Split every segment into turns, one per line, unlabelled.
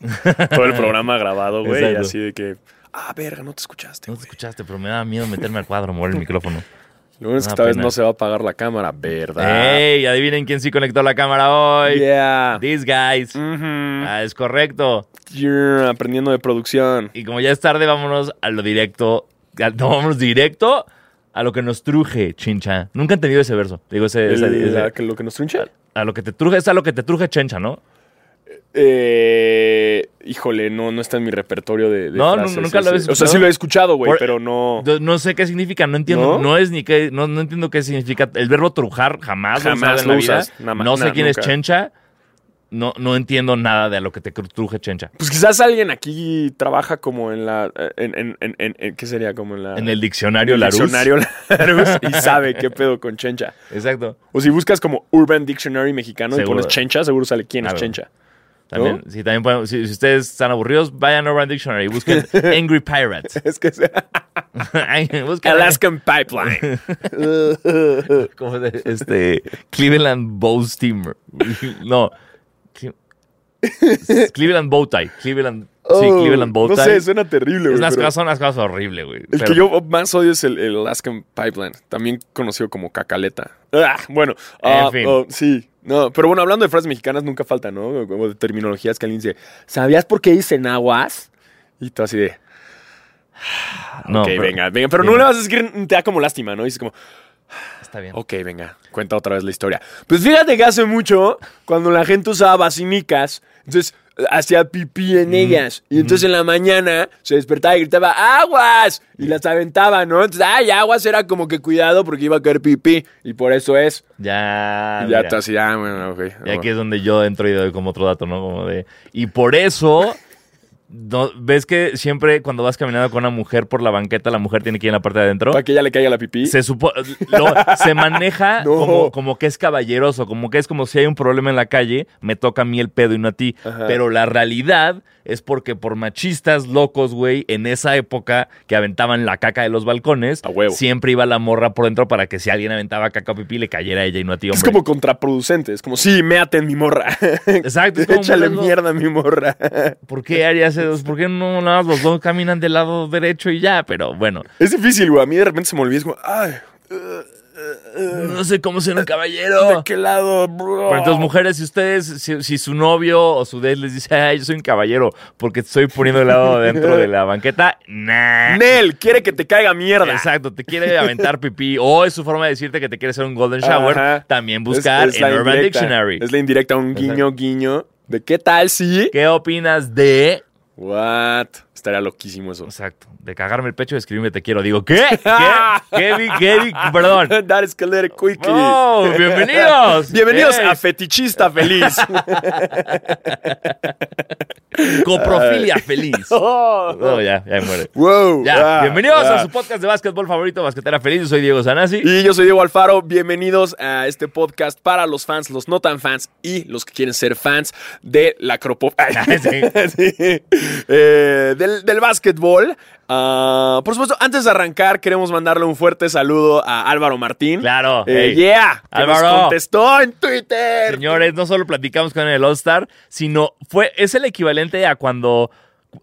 Todo el programa grabado, güey, y
Exacto.
así de que, ah, verga, no te escuchaste,
No
güey.
te escuchaste, pero me daba miedo meterme al cuadro, mover el micrófono.
Lo bueno es que
da
esta vez
pena.
no se va a apagar la cámara, ¿verdad?
Ah, ¡Ey! Adivinen quién sí conectó la cámara hoy.
Ah. Yeah. Mm.
These guys.
Ujú.
Ah, es correcto.
Yeah, Aprendiendo de producción.
Y como ya es tarde, vámonos a lo directo. A- no, vámonos directo a lo que nos truje, chincha. Nunca he entendido ese verso. Digo, ese, ese-
El-
ese-
la- que- ¿Lo que nos trincha?
a lo que te truje, es a lo que te truje, chencha, ¿no?
Eh, híjole, no, no está en mi repertorio de, de
No,
frases
nu- nunca lo
ese.
habías
O sea,
escuchado.
sí lo he escuchado, güey,
Por-
pero no...
Do- No sé qué significa, no entiendo,
¿No?
no, es ni qué, no, no entiendo qué significa. El verbo trujar jamás, lo he usado
Jamás
en la
lo
vida.
usas, nada más,
no sé
nada,
quién es
nunca.
Chencha. No, no entiendo nada de a lo que te cru- truje Chencha.
Pues quizás alguien aquí trabaja como en la... En, en- en- en- en- ¿Qué sería? Como en la...
En el diccionario
el
Larus.
diccionario Larus y sabe qué pedo con chencha.
Exacto.
O si buscas como Urban Dictionary mexicano
Seguro.
y pones chencha, seguro sale quién
Ah,
es
bueno.
chencha.
También, sí, también podemos- si, si ustedes están aburridos, vayan a Urban Dictionary y busquen Angry Pirate.
Es que es
busquen
Alaskan Pipeline.
¿cómo se- este, Cleveland Bow Steamer. No. Cle- Cleveland Bowtie. Cleveland, sí,
Oh,
Cleveland Bowtie.
No sé, suena terrible,
Es
güey.
unas
pero
cosas, son unas cosas horribles, güey.
El
Pero-
que yo más odio es el, el Alaskan Pipeline, también conocido como cacaleta. Ah, bueno, ah,
En fin.
oh, sí. No, pero bueno, hablando de frases mexicanas nunca falta, ¿no? Como de terminologías que alguien dice, ¿sabías por qué dicen aguas? Y tú así de,
No,
ok,
pero-
venga, venga. Pero no
venga.
le vas a decir, que te da como lástima, ¿no? Y dices como,
Está bien.
Ok, venga, cuenta otra vez la historia. Pues fíjate que hace mucho, cuando la gente usaba vacinicas, entonces eh, hacía pipí
Mm.
en ellas. Y entonces en la mañana se despertaba y gritaba ¡Aguas! Y las aventaba, ¿no? Entonces, ¡ay, aguas! Era como que cuidado porque iba a caer pipí. Y por eso es.
Ya.
y ya
mira.
está así, ah, bueno, ok.
Y aquí es donde yo entro y doy como otro dato, ¿no? Como de. Y por eso. no- ¿Ves que siempre cuando vas caminando con una mujer por la banqueta, la mujer tiene que ir en la parte de adentro?
Para que ya le caiga la pipí.
Se, supo- lo- se maneja
No.
como, como que es caballeroso, como que es como si hay un problema en la calle, me toca a mí el pedo y no a ti.
Ajá.
Pero la realidad es porque por machistas locos, güey, en esa época que aventaban la caca de los balcones,
A huevo.
siempre iba la morra por dentro para que si alguien aventaba caca o pipí le cayera a ella y no a ti,
Es
hombre.
como contraproducente. Es como, sí, méate en mi morra.
Exacto, es como
Échale
morras, ¿no?
mierda a mi morra.
¿Por qué harías eso? ¿Por qué no nada más los dos caminan del lado derecho y ya? Pero bueno,
es difícil, güey. A mí de repente se me olvida. Es como, ¡ay! eh, eh, eh.
no sé cómo ser un
¿De
caballero.
qué lado, bro?
Pero Ah. entonces, mujeres, si ustedes, si, si su novio o su date les dice, ay, yo soy un caballero porque te estoy poniendo el lado dentro de la banqueta, nah.
Nel quiere que te caiga mierda.
Exacto, te quiere aventar pipí o es su forma de decirte que te quiere hacer un golden shower.
Ajá.
También
Es-
buscar
es la
en Urban
indirecta.
Dictionary.
Es la indirecta, un guiño, guiño. ¿De qué tal si?
¿Qué opinas de.
What? Estaría loquísimo eso.
Exacto, de cagarme el pecho y escribirme te quiero? Digo, ¿qué? ¿Qué? ¿Qué? vi- qué vi- Perdón.
That escalated quickly.
¡Oh! ¡Bienvenidos!
Bienvenidos
Hey,
a Fetichista Feliz.
Coprofilia Feliz.
Oh.
No, ya, ya muere.
Wow.
Ya,
Ah,
bienvenidos
ah.
a su podcast de básquetbol favorito, Basquetera Feliz. Yo soy Diego Sanasi.
Y yo soy Diego Alfaro, bienvenidos a este podcast para los fans, los no tan fans y los que quieren ser fans de la Cropop.
Ah, Sí.
Eh, del, del básquetbol. Ah, por supuesto, antes de arrancar, queremos mandarle un fuerte saludo a Álvaro Martín.
Claro,
Eh,
hey.
yeah, que
Álvaro.
nos contestó en Twitter.
Señores, no solo platicamos con el All-Star, sino fue, es el equivalente a cuando,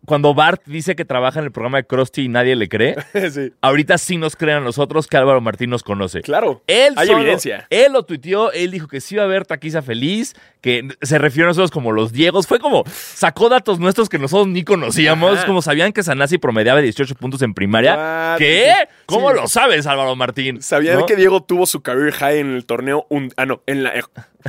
cuando Bart dice que trabaja en el programa de Krusty y nadie le cree.
Sí,
Ahorita sí nos creen a nosotros que Álvaro Martín nos conoce.
claro.
Él
Hay
solo-
evidencia.
Él lo tuiteó, él dijo que sí iba a haber taquiza feliz, que se refirió a nosotros como los Diegos. Fue como, sacó datos nuestros que nosotros ni conocíamos,
Ajá.
como sabían que Sanasi promediaba 18 puntos en primaria.
What?
¿Qué?
Sí.
¿Cómo
Sí.
lo sabes, Álvaro Martín?
¿Sabían
¿No?
que Diego tuvo su career high en el torneo? un- ah, no, en la eh,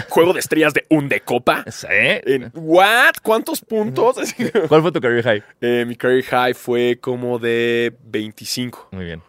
Juego de Estrellas de Undecopa?
¿Sí?
En, ¿What? ¿Cuántos puntos? Así como-
¿Cuál fue tu career high?
Eh, mi career high fue como de 25,
Muy bien.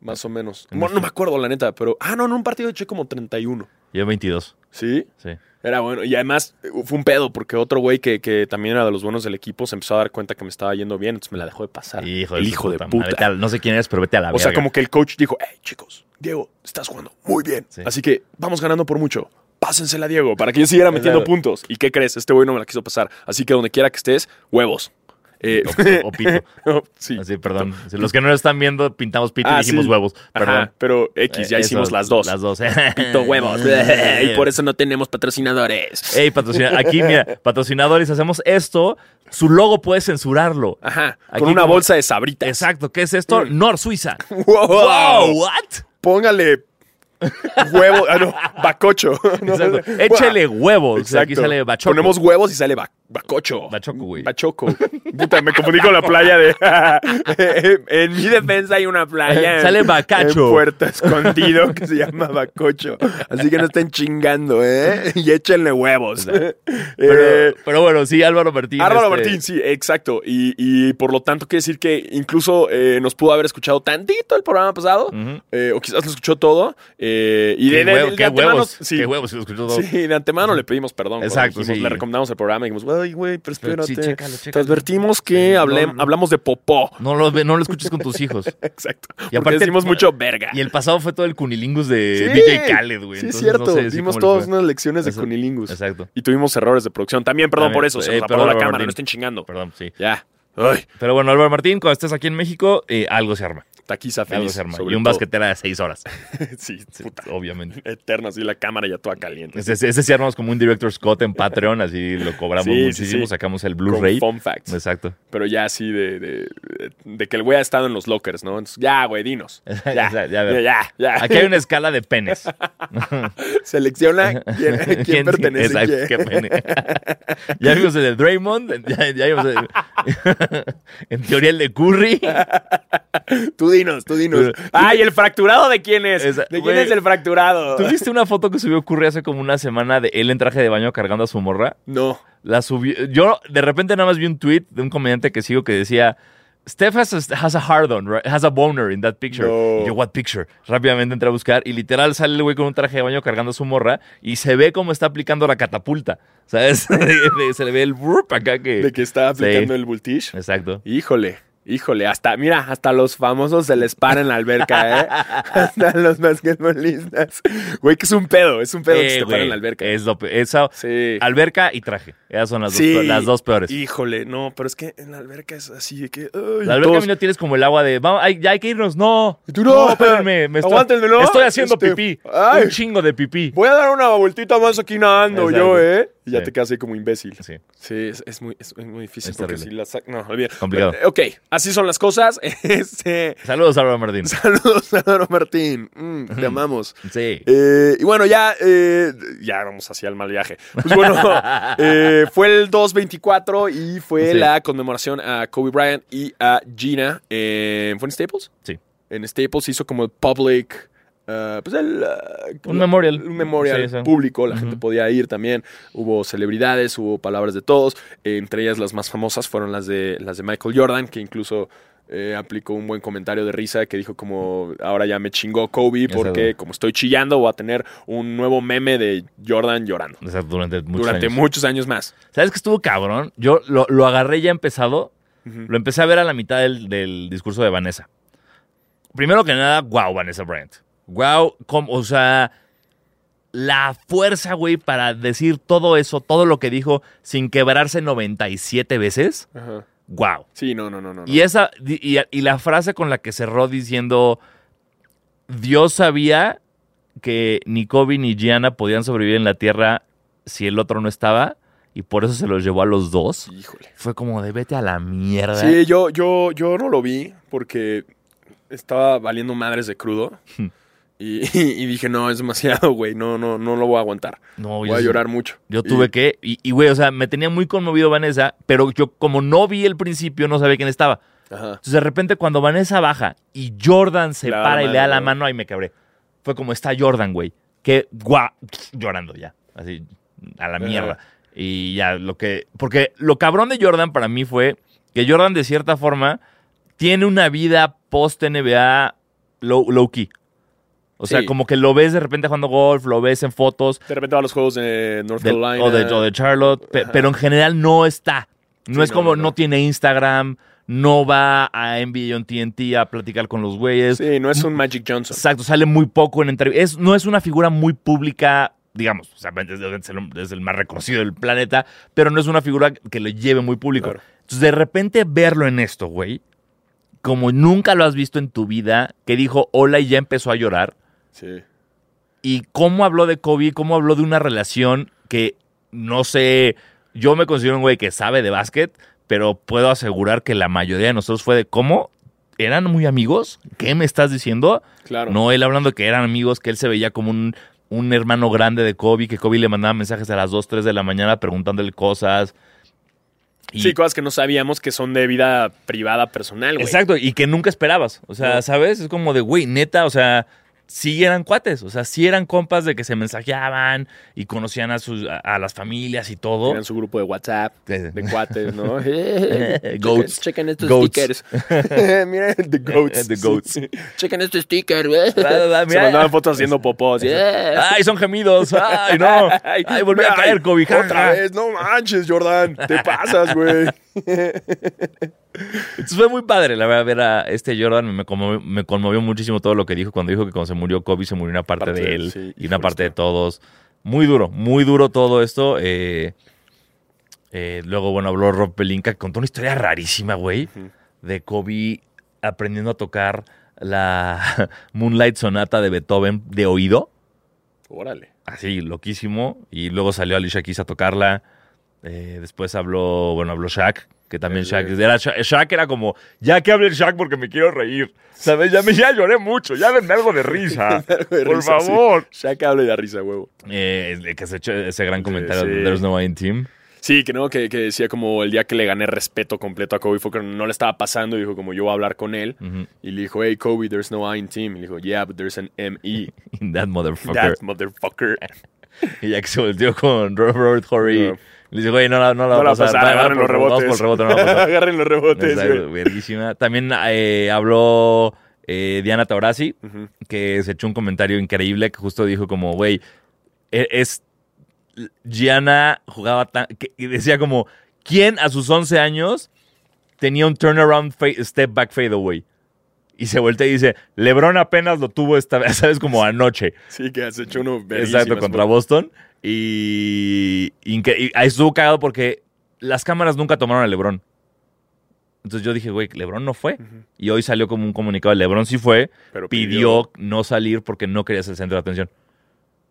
más o menos. Bueno, no me acuerdo, la neta, pero. Ah, no, en un partido eché como 31.
Yo 22.
¿Sí?
Sí.
Era bueno. Y además eh, fue un pedo, porque otro güey que, que también era de los buenos del equipo se empezó a dar cuenta que me estaba yendo bien, entonces me la dejó de pasar.
Hijo
Ah, El
de
hijo
su
de
madre.
puta.
Vete a- no sé quién eres, pero vete a la
O sea,
verga.
como que el coach dijo: Hey, chicos, Diego, estás jugando muy bien.
Sí.
Así que vamos ganando por mucho. Pásensela, Diego, para que yo siguiera metiendo
Claro.
puntos. ¿Y qué crees? Este güey no me la quiso pasar. Así que donde quiera que estés, huevos. Eh,
O, o pito.
no, sí.
Así, perdón. Si los que no lo están viendo, pintamos pito
Ah,
y dijimos
sí.
huevos. Perdón.
Ajá, pero X, ya
Eh,
hicimos
eso,
las dos.
Las dos.
Pito huevos. y por eso no tenemos patrocinadores.
Ey, patrocina- aquí, mira, patrocinadores, hacemos esto, su logo puede censurarlo.
Ajá,
Aquí
con una
como-
bolsa Mm. de sabritas.
Exacto, ¿qué es esto? Nor Suiza.
¡Wow!
¡Wow! ¿What?
Póngale huevo, ah, no, bacocho. No,
Exacto.
no, no.
Échale huevos. O sea,
Exacto.
aquí sale bachoco.
Ponemos huevos y sale ba- bacocho.
Bachoco, güey.
Bachoco. Puta, me confundí con la playa de. en, en mi defensa hay una playa. en-
Eh, Sale bacacho.
En Puerto Escondido que se llama Bacocho. Así que no estén chingando, ¿eh? Y échenle huevos. Eh,
Pero, pero bueno, sí, Álvaro Martín.
Álvaro
este,
Martín, sí, exacto. Y, y por lo tanto, quiere decir que incluso eh, nos pudo haber escuchado tantito el programa pasado,
Ujú.
eh, o quizás lo escuchó todo. eh, y
Qué,
de, de-
huevo-
de
qué
antemano-
huevos.
sí,
Qué huevos. si lo escuchó todo.
sí, de antemano le pedimos perdón. cuando
Exacto,
dijimos,
sí.
Le recomendamos el programa y dijimos, güey, güey, pero
Pero
espérate.
sí, chécalo,
Te
chécalo.
advertimos que
Sí,
hablé-
no, no.
hablamos de popó.
No lo, ve- no lo escuches con tus hijos.
Exacto. Y
Y
aparte
aparte-
decimos mucho verga.
Y el pasado fue todo el cunilingus de
Sí,
DJ Khaled, güey.
Sí, es
Entonces,
cierto.
no sé, sí,
Dimos
cómo le
todas
fue.
unas lecciones de
Eso-
Cunilingus.
Exacto.
Y tuvimos errores de producción. También, perdón
También,
por eso. Se
eh,
nos apagó
perdón,
la
Álvaro
cámara,
Martín.
no estén chingando.
Perdón, sí.
Ya. Ay,
Pero bueno, Álvaro Martín, cuando estés aquí en México, eh, algo se arma.
taquiza
Algo
feliz.
se arma.
sobre
Y un
todo.
basquetera de seis horas.
sí,
Sí,
puta.
Obviamente.
Eterno, así la cámara ya toda caliente.
Ese, ese sí armamos como un Director Scott en Patreon, así lo cobramos
Sí, sí,
muchísimo,
sí.
sacamos el
Con
Blu-ray.
Fun facts.
Exacto.
Pero ya así de, de, de que el güey ha estado en los lockers, ¿no? Entonces, ya, güey, dinos. Ya, ya,
Ya, ya, a
ya.
ver.
ya.
Aquí hay una escala de penes.
Selecciona quién, quién
¿Quién-
pertenece a
exacto,
quién.
qué pene. ya vimos el de Draymond, ya, ya vimos el- en teoría el de Curry.
Tú dinos, tú dinos.
Pero-
Ay, el fracturado de quién es.
Esa-
¿De quién
güey.
es el fracturado?
¿Tú viste una foto que subió Curry hace como una semana de él en traje de baño cargando a su morra?
No.
La subió. Yo de repente nada más vi un tweet de un comediante que sigo que decía. Steph has a, has a hard on, right? has a boner in that picture.
No.
Y yo, what picture? Rápidamente entré a buscar y literal sale el güey con un traje de baño cargando a su morra y se ve cómo está aplicando la catapulta. ¿Sabes? De- de- se le ve el burp acá que.
De que está aplicando
Eh, Sí.
el bultish.
Exacto.
Híjole, híjole, hasta, mira, hasta los famosos se les para en la alberca, ¿eh? hasta los basquetbolistas. Güey, que es un pedo, es un pedo
Eh,
que se te
güey,
para en la alberca.
Es lo pe- esa,
Sí.
Alberca y traje. Esas son las,
Sí.
dos, pe- las dos peores.
Híjole, no, pero es que en la alberca es así de que. ay,
la alberca a
todos-
mí no tienes como el agua de. Vamos, ay, ya hay que irnos. No.
Y tú, no,
espérenme. Me estoy,
aguántenme, ¿no?
estoy haciendo
Este,
pipí.
ay.
Un chingo de pipí.
Voy a dar una vueltita más aquí nadando
Exacto.
yo, ¿eh? Y ya
Sí.
te quedas ahí como imbécil.
Sí.
Sí, es, es muy, es muy difícil
Es
porque
terrible.
si la sac- No, olvida.
Complicado.
Pero, eh, ok, así son las cosas. Este,
Saludos, Álvaro Martín.
saludos, Álvaro Martín. Mm, te amamos.
Sí.
Eh, y bueno, ya, eh, ya vamos hacia el mal viaje. Pues bueno, eh, fue el 224 y fue
Sí.
la conmemoración a Kobe Bryant y a Gina. en- ¿Fue en Staples?
Sí.
En Staples hizo como el public. eh, pues el, eh,
Un memorial.
un memorial
Sí, sí.
público, la gente
Ujú.
podía ir también, hubo celebridades, hubo palabras de todos, eh, entre ellas las más famosas fueron las de, las de Michael Jordan, que incluso eh, aplicó un buen comentario de risa que dijo como, ahora ya me chingó Kobe
Exacto.
porque como estoy chillando voy a tener un nuevo meme de Jordan llorando.
O sea, durante muchos
durante
años.
muchos años más.
¿Sabes qué estuvo cabrón? Yo lo, lo agarré ya empezado.
Ujú.
Lo empecé a ver a la mitad del, del discurso de Vanessa. Primero que nada, wow, Vanessa Bryant. Wow, o sea, la fuerza, güey, para decir todo eso, todo lo que dijo, sin quebrarse 97 veces.
Ajá.
Wow.
Sí, no, no, no, no. no.
Y esa y, y la frase con la que cerró diciendo Dios sabía que ni Kobe ni Gianna podían sobrevivir en la Tierra si el otro no estaba y por eso se los llevó a los dos.
Híjole.
Fue como de vete a la mierda.
Sí, yo, yo, yo no lo vi porque estaba valiendo madres de crudo. Y, y dije, no, es demasiado, güey, no, no, no lo voy a aguantar.
No,
Voy
yo,
a
sí-
llorar mucho.
Yo
Y-
tuve que y y, güey, o sea, me tenía muy conmovido Vanessa, pero yo como no vi el principio no sabía quién estaba.
Ajá.
Entonces de repente cuando Vanessa baja y Jordan se
Le da la
para y le da
mano,
la
¿no?
mano, ahí me cabré. Fue como está Jordan, güey. Que guau, llorando ya. Así, a la
Ajá.
mierda. Y ya lo que. Porque lo cabrón de Jordan para mí fue que Jordan, de cierta forma, tiene una vida post NBA low, low key. O sea,
Sí.
como que lo ves de repente jugando golf, lo ves en fotos,
De repente va a los juegos de North
del-
Carolina.
o, de, o de Charlotte, pe-
Ajá.
pero en general no está. No
Sí,
es
no,
como,
no,
no,
no.
tiene Instagram, no va a NBA on TNT a platicar con los güeyes.
Sí, no
Mm.
es un Magic Johnson.
Exacto, sale muy poco en entrevistas. No es una figura muy pública, digamos, o sea, es, es el, es el más reconocido del planeta, pero no es una figura que le lleve muy público.
Claro.
Entonces, de repente verlo en esto, güey, como nunca lo has visto en tu vida, que dijo hola y ya empezó a llorar,
Sí.
y cómo habló de Kobe, cómo habló de una relación que no sé, yo me considero un güey que sabe de básquet, pero puedo asegurar que la mayoría de nosotros fue de cómo eran muy amigos, ¿qué me estás diciendo?
Claro.
No, él hablando que eran amigos, que él se veía como un, un hermano grande de Kobe, que Kobe le mandaba mensajes a las 2, 3 de la mañana preguntándole cosas. Y-
Sí, cosas que no sabíamos que son de vida privada personal, güey.
Exacto, y que nunca esperabas. O sea,
No.
¿sabes? Es como de, güey, neta, o sea, sí eran cuates, o sea, sí eran compas de que se mensajeaban y conocían a, sus, a, a las familias y todo. Eh,
Tenían su grupo de WhatsApp, de cuates, ¿no?
Goats.
Chequen, chequen estos
Goats.
stickers. Miren, the goats.
The goats.
Chequen estos stickers, güey.
Ah, ah,
Se
mira.
mandaban fotos haciendo popos. Yeah.
¡Ay, son gemidos! ¡Ay, no! ¡Ay, volví a
Ay,
caer, Kobe! Ja,
Otra
ja.
vez, no manches, Jordan. Te pasas, güey.
Entonces fue muy padre, la verdad, ver a este Jordan. Me conmovió, me conmovió muchísimo todo lo que dijo cuando dijo que cuando se murió Kobe se murió una parte,
Parte de
de
él,
él
sí,
y
híjole,
una parte de
está.
todos. Muy duro, muy duro todo esto. eh, eh, luego, bueno, habló Rob Pelinka, que contó una historia rarísima, güey,
Ujú.
de Kobe aprendiendo a tocar la Moonlight Sonata de Beethoven de oído.
Órale.
Así, loquísimo. Y luego salió Alicia Keys a tocarla. Eh, después habló, bueno, habló Shaq, que también
Eh,
Shaq era, Sha- Shaq era como, ya que hable el Shaq porque me quiero reír. ¿Sabes? Ya, me, ya lloré mucho, ya denme algo de risa.
Algo de
por
risa, sí.
favor.
Shaq habla y da risa, huevo.
Eh, el que se echó ese gran comentario
sí.
de There's No I in Team.
Sí, que no, que, que decía como el día que le gané respeto completo a Kobe fue que no le estaba pasando y dijo como yo voy a hablar con él.
Ujú.
Y le dijo, hey Kobe, there's no I in team. Y le dijo, yeah, but there's an M-E.
In that motherfucker.
That motherfucker.
Y ya que se volteó con Robert Horry.
No.
Le dice, güey, no, la- no la
No
va
la
a pasar.
pasar,
Va- va
agarren los
por- vamos
rebotes.
por el rebote, no la va a pasar.
agarren los rebotes,
Está
güey.
verguísima. También eh, habló eh, Diana Taurasi,
Ujú.
que se echó un comentario increíble que justo dijo como, güey, e- es... Gianna jugaba tan... que- y decía como, ¿quién a sus 11 años tenía un turnaround fa- step back fadeaway? Y se vuelve y dice, LeBron apenas lo tuvo esta vez, ¿sabes? Como anoche.
Sí, que has hecho uno
Exacto,
verguísimas,
contra
güey.
Boston. Y, incre- y ahí estuvo cagado porque las cámaras nunca tomaron a LeBron. Entonces yo dije, güey, LeBron no fue.
Ujú.
Y hoy salió como un comunicado, LeBron sí fue,
Pero
pidió, no salir porque no quería ser el centro de atención.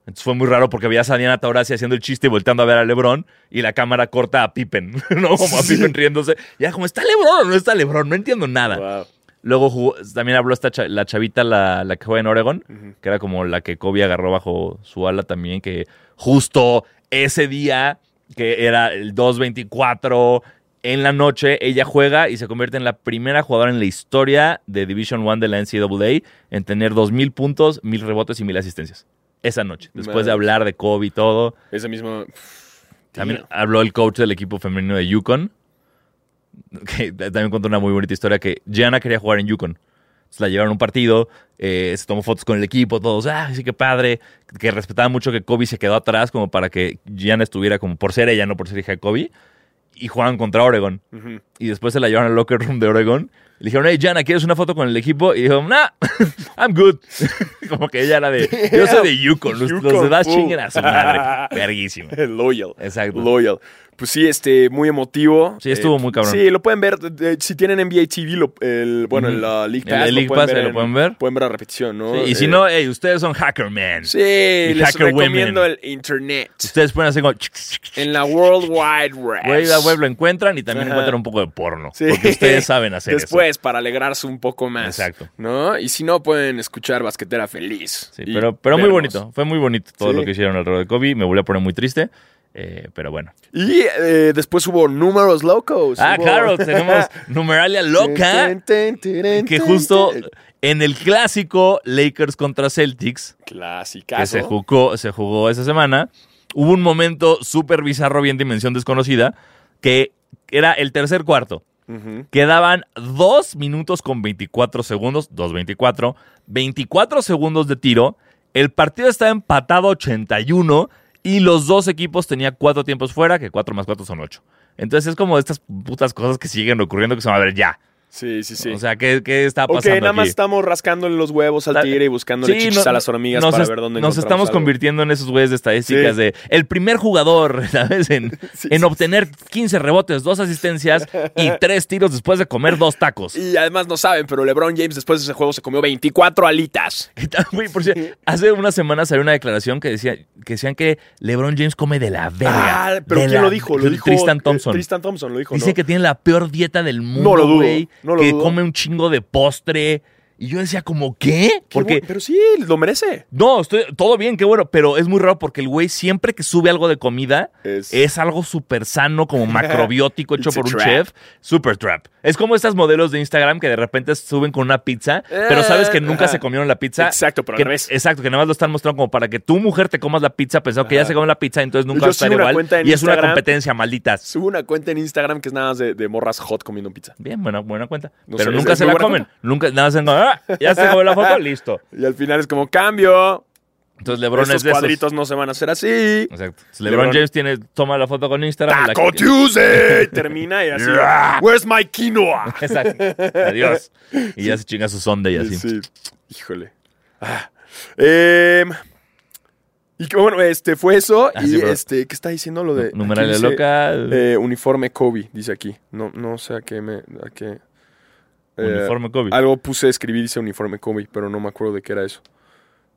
Entonces fue muy raro porque veías a Diana Taurasi haciendo el chiste y volteando a ver a LeBron y la cámara corta a Pippen, ¿no? Como a
Sí.
Pippen riéndose. Ya como, ¿está LeBron o no está LeBron? No entiendo nada.
Wow.
Luego jugó- también habló esta cha- la chavita, la, la que juega en Oregon,
Ujú.
que era como la que Kobe agarró bajo su ala también, que justo ese día, que era el 2-24 en la noche, ella juega y se convierte en la primera jugadora en la historia de Division One de la NCAA en tener 2.000 puntos, 1.000 rebotes y 1.000 asistencias. Esa noche, después
Madre.
de hablar de Kobe y todo.
Ese mismo...
También
Tío.
habló el coach del equipo femenino de Yukon. Que t- también contó una muy bonita historia que Gianna quería jugar en Yukon. Entonces la llevaron a un partido, eh, se tomó fotos con el equipo, todos, ah, sí que padre, que respetaba mucho que Kobe se quedó atrás como para que Gianna estuviera como por ser ella, no por ser hija de Kobe. Y jugaban contra Oregon.
Ujú.
Y después se la llevaron al locker room de Oregon. Le dijeron, hey, Gianna, ¿quieres una foto con el equipo? Y dijo, nah, I'm good. como que ella era de, yo soy de Yukon, los, los
Yukon,
de Dash
uh.
chinguen a su madre. Verguísima.
Loyal.
Exacto.
Loyal. Pues sí, este, muy emotivo.
Eh,
Eh,
Sí, estuvo muy cabrón.
Sí, lo pueden ver. de- de- si tienen NBA TV, lo- el, bueno,
Ujú.
en la League
En la
Pass,
League
lo, pueden
Pass,
ver
ahí lo
en-
pueden ver.
Pueden ver la repetición, ¿no?
Sí, y si
Eh,
no, ey, ustedes son hacker man.
Sí, les
hacker women.
recomiendo el internet.
Ustedes pueden hacer como.
En la World Wide Web.
Güey, la web lo encuentran y también
Ajá.
encuentran un poco de porno.
Sí.
Porque ustedes saben hacer eso.
Después, para alegrarse un poco más.
Exacto.
¿No? Y si no, pueden escuchar Basquetera Feliz.
Sí,
y
pero, pero muy
vernos.
bonito. Fue muy bonito todo
Sí.
lo que hicieron alrededor de Kobe. Me volví a poner muy triste. eh, pero bueno.
Y eh, después hubo Números Locos.
Ah,
Pues hubo-
claro, tenemos Numeralia Loca.
Tin, tin, tin, tin,
Que
tin,
justo
tin.
en el clásico Lakers contra Celtics,
Clasicazo.
que se jugó, se jugó esa semana, hubo un momento súper bizarro, bien dimensión desconocida, que era el tercer cuarto.
Ujú.
Quedaban 2 minutos con 24 segundos, 2.24, 24 segundos de tiro. El partido estaba empatado 81 y los dos equipos tenían cuatro tiempos fuera, que 4 más 4 son 8. Entonces es como estas putas cosas que siguen ocurriendo que son, a ver, ya.
Sí, sí, sí.
O sea, ¿qué, qué está
ok,
pasando
nada más
aquí?
estamos rascándole los huevos al
La-
tigre y buscándole
Sí,
chichis
no-
a las hormigas
nos
para
es-
ver dónde
Nos
encontramos
estamos
algo.
convirtiendo en esos güeyes de estadísticas
Sí.
de el primer jugador, ¿sabes? En,
Sí,
en
sí,
obtener 15 rebotes, dos asistencias y tres tiros después de comer dos tacos.
Y además no saben, pero LeBron James después de ese juego se comió 24 alitas.
¿Qué tal, güey? Por cierto, hace unas semanas salió una declaración que decía que decían que LeBron James come de la verga.
Ah, pero
de
¿quién
la-
lo dijo? Lo dijo
Tristan
eh,
Thompson.
Tristan Thompson lo dijo,
Dice
¿no?
que tiene la peor dieta del mundo,
No lo dudo,
güey,
no lo
que
dudo.
come un chingo de postre. Y yo decía como, ¿qué?
Qué
Porque
bu- Pero sí, lo merece.
No, estoy, todo bien, qué bueno, pero es muy raro porque el güey siempre que sube algo de comida
Es-
es, algo súper sano, como macrobiótico hecho
It's a
por un
trap.
chef. Super trap. Es como estas modelos de Instagram que de repente suben con una pizza, pero sabes que nunca
Eh, Ajá.
se comieron la pizza.
Exacto, pero al
que, eh
revés.
Exacto, que nada más lo están mostrando como para que tu mujer te comas la pizza pensando que ya se comió la pizza, entonces nunca
Yo
va a estar
sigo una
igual.
cuenta en
Y es una
Instagram.
competencia, malditas.
Subo una cuenta en Instagram que es nada más de, de morras hot comiendo pizza.
Bien, buena, buena cuenta.
No
pero
sé,
nunca
es
se
muy
la
buena
comen. Nunca, nada más se ah, ya se comió la foto, listo.
Y al final es como, cambio,
Entonces Lebron
estos
es de esos.
cuadritos no se van a hacer así.
Exacto. LeBron,
LeBron-
James tiene, toma la foto con Instagram. Ah, la-
¡Taco Tuesday! Termina y así, ¿where's my quinoa?
Exacto. Adiós. Y ya se chinga su sonda y así.
Sí. Híjole. Ah. Em, y que bueno, este fue eso.
Ah,
y
sí, pero-
este, ¿qué está diciendo lo de.
Numeral
aquí
de
dice,
loca.
eh, uniforme Kobe, dice aquí. No, no sé a qué me. A qué, eh,
uniforme COVID.
Algo puse a escribir, dice uniforme Kobe, pero no me acuerdo de qué era eso.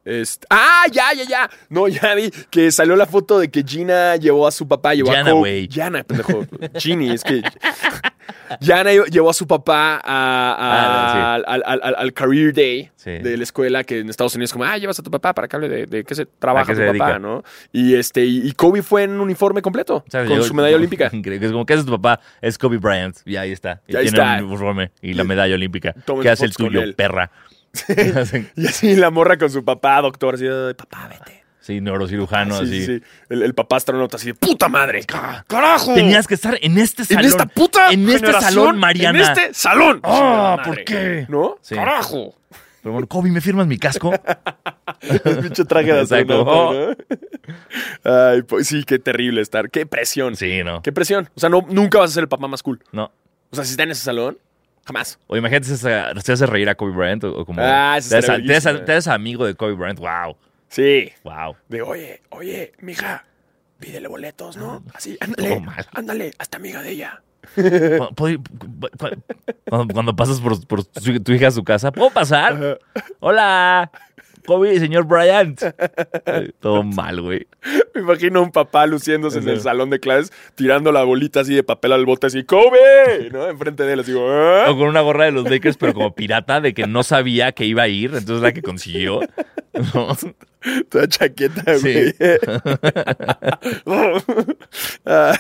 Este- ¡Ah, ya, ya, ya! No, ya vi que salió la foto de que Gina llevó a su papá, llevó
Yana,
a Kobe.
güey.
Yana, pendejo. Ginny, es que. Yana llevó a su papá a- a-
Ah,
al, al- al- al Career Day
Sí.
de la escuela, que en Estados Unidos es como, ah, llevas a tu papá para que hable de, de qué se trabaja
qué
tu
se
papá,
dedica?
¿no? Y, este, y, y Kobe fue en un uniforme completo,
¿Sabes?
con
Yo-
su medalla olímpica.
Increíble. Es como, ¿qué hace tu papá? Es Kobe Bryant. Y ahí está. Y
Ahí
tiene
está.
un uniforme y la medalla olímpica.
Tomen
¿Qué hace el
fotos con él.
tuyo, perra?
Y así la morra con su papá, doctor, así, "Ay, papá, vete.
sí, neurocirujano,
sí,
así.
sí, sí. El, el papá astronauta así de puta madre. ¡Ca- ¡Carajo!
Tenías que estar en este
en
salón.
esta puta
En este
generación,
salón, Mariana.
En este salón.
¡Ah,
Chingada madre.
por qué!
¿No?
Sí.
¡Carajo!
Pero bueno, Kobe, ¿me firmas mi casco?
El pinche traje de
Exacto. Oh.
astronauta, ¿no? Ay, pues sí, qué terrible estar. Qué presión.
Sí, no.
Qué presión. O sea, no, nunca vas a ser el papá más cool.
No.
O sea, si está en ese salón, jamás.
O imagínate si se se hace reír a Kobe Bryant o, o como
Ah, eso
te haces-
estaría
te haces-
bellísimo,
te haces amigo de Kobe Bryant. Wow,
Sí.
wow.
De, oye, oye, mija, pídele boletos, ¿no? Así,
Ah, Todo
ándale,
mal.
ándale, hasta amiga de ella.
Cu- puedo- cu- cu- Cuando, cuando pasas por, por su- tu hija a su casa, ¿puedo pasar? Hola, Kobe, señor Bryant. Todo mal, güey.
Me imagino un papá luciéndose en el
Ajá.
salón de clases, tirando la bolita así de papel al bote, así, ¡Kobe! ¿No? Enfrente de él, así,
O
"¿Ah?".
con una gorra de los Lakers, pero como pirata, de que no sabía que iba a ir, entonces la que consiguió. ¿no?
Toda chaqueta, güey.
Sí.
Ah,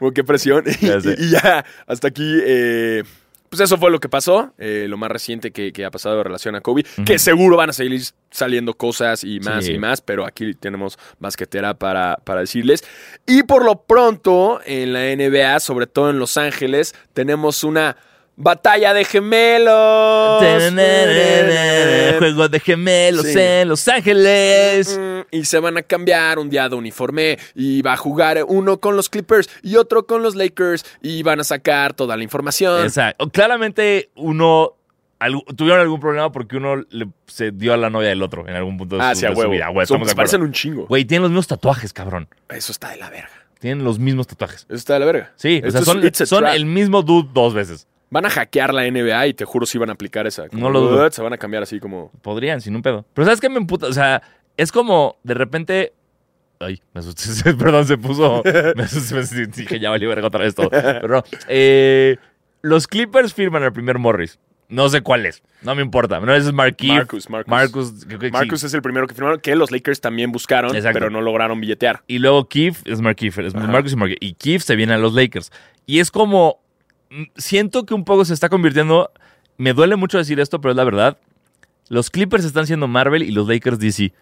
bueno, qué presión. Y,
Ya sé.
y ya, hasta aquí. eh, pues eso fue lo que pasó, eh, lo más reciente que, que ha pasado en relación a Kobe, que seguro van a seguir saliendo cosas y más
Sí.
y más, pero aquí tenemos basquetera para, para decirles. Y por lo pronto, en la NBA, sobre todo en Los Ángeles, tenemos una batalla de gemelos.
Juego de gemelos
Oh, Sí.
en Los Ángeles.
Mm, Y se van a cambiar un día de uniforme y va a jugar uno con los Clippers y otro con los Lakers y van a sacar toda la información.
Exacto. Claramente uno algu- tuvieron algún problema porque uno le- se dio a la novia del otro en algún punto de,
Ah,
su,
sí, a
de su
huevo.
vida. Güey,
Son-
estamos de
se parecen
acuerdo.
un chingo.
Güey, tienen los mismos tatuajes, cabrón.
Eso está de la verga.
Tienen los mismos tatuajes.
Eso está de la verga.
Sí,
Esto
o sea,
es-
son,
it's a
son
trap.
el mismo dude dos veces.
Van a hackear la NBA y te juro si van a aplicar esa. Como,
No lo dudo.
"Uh", Se van a cambiar así como...
Podrían, sin un pedo. Pero ¿sabes qué me emputa? O sea, es como de repente... Ay, me asusté. Perdón, se puso... Me asusté, me asusté, dije, ya valió verga otra vez todo. Pero no. Eh, los Clippers firman al primer Morris. No sé cuál es. No me importa. No es Marquise.
Marcus, Marcus.
Marcus, creo que sí.
Marcus es el primero que firmaron, que los Lakers también buscaron,
Exacto.
pero no lograron billetear.
Y luego Keefe es Mark Keefe, es
Ajá.
Marcus y Mark Y Keefe se viene a los Lakers. Y es como. mm, Siento que un poco se está convirtiendo. Me duele mucho decir esto, pero es la verdad. Los Clippers están siendo Marvel y los Lakers DC.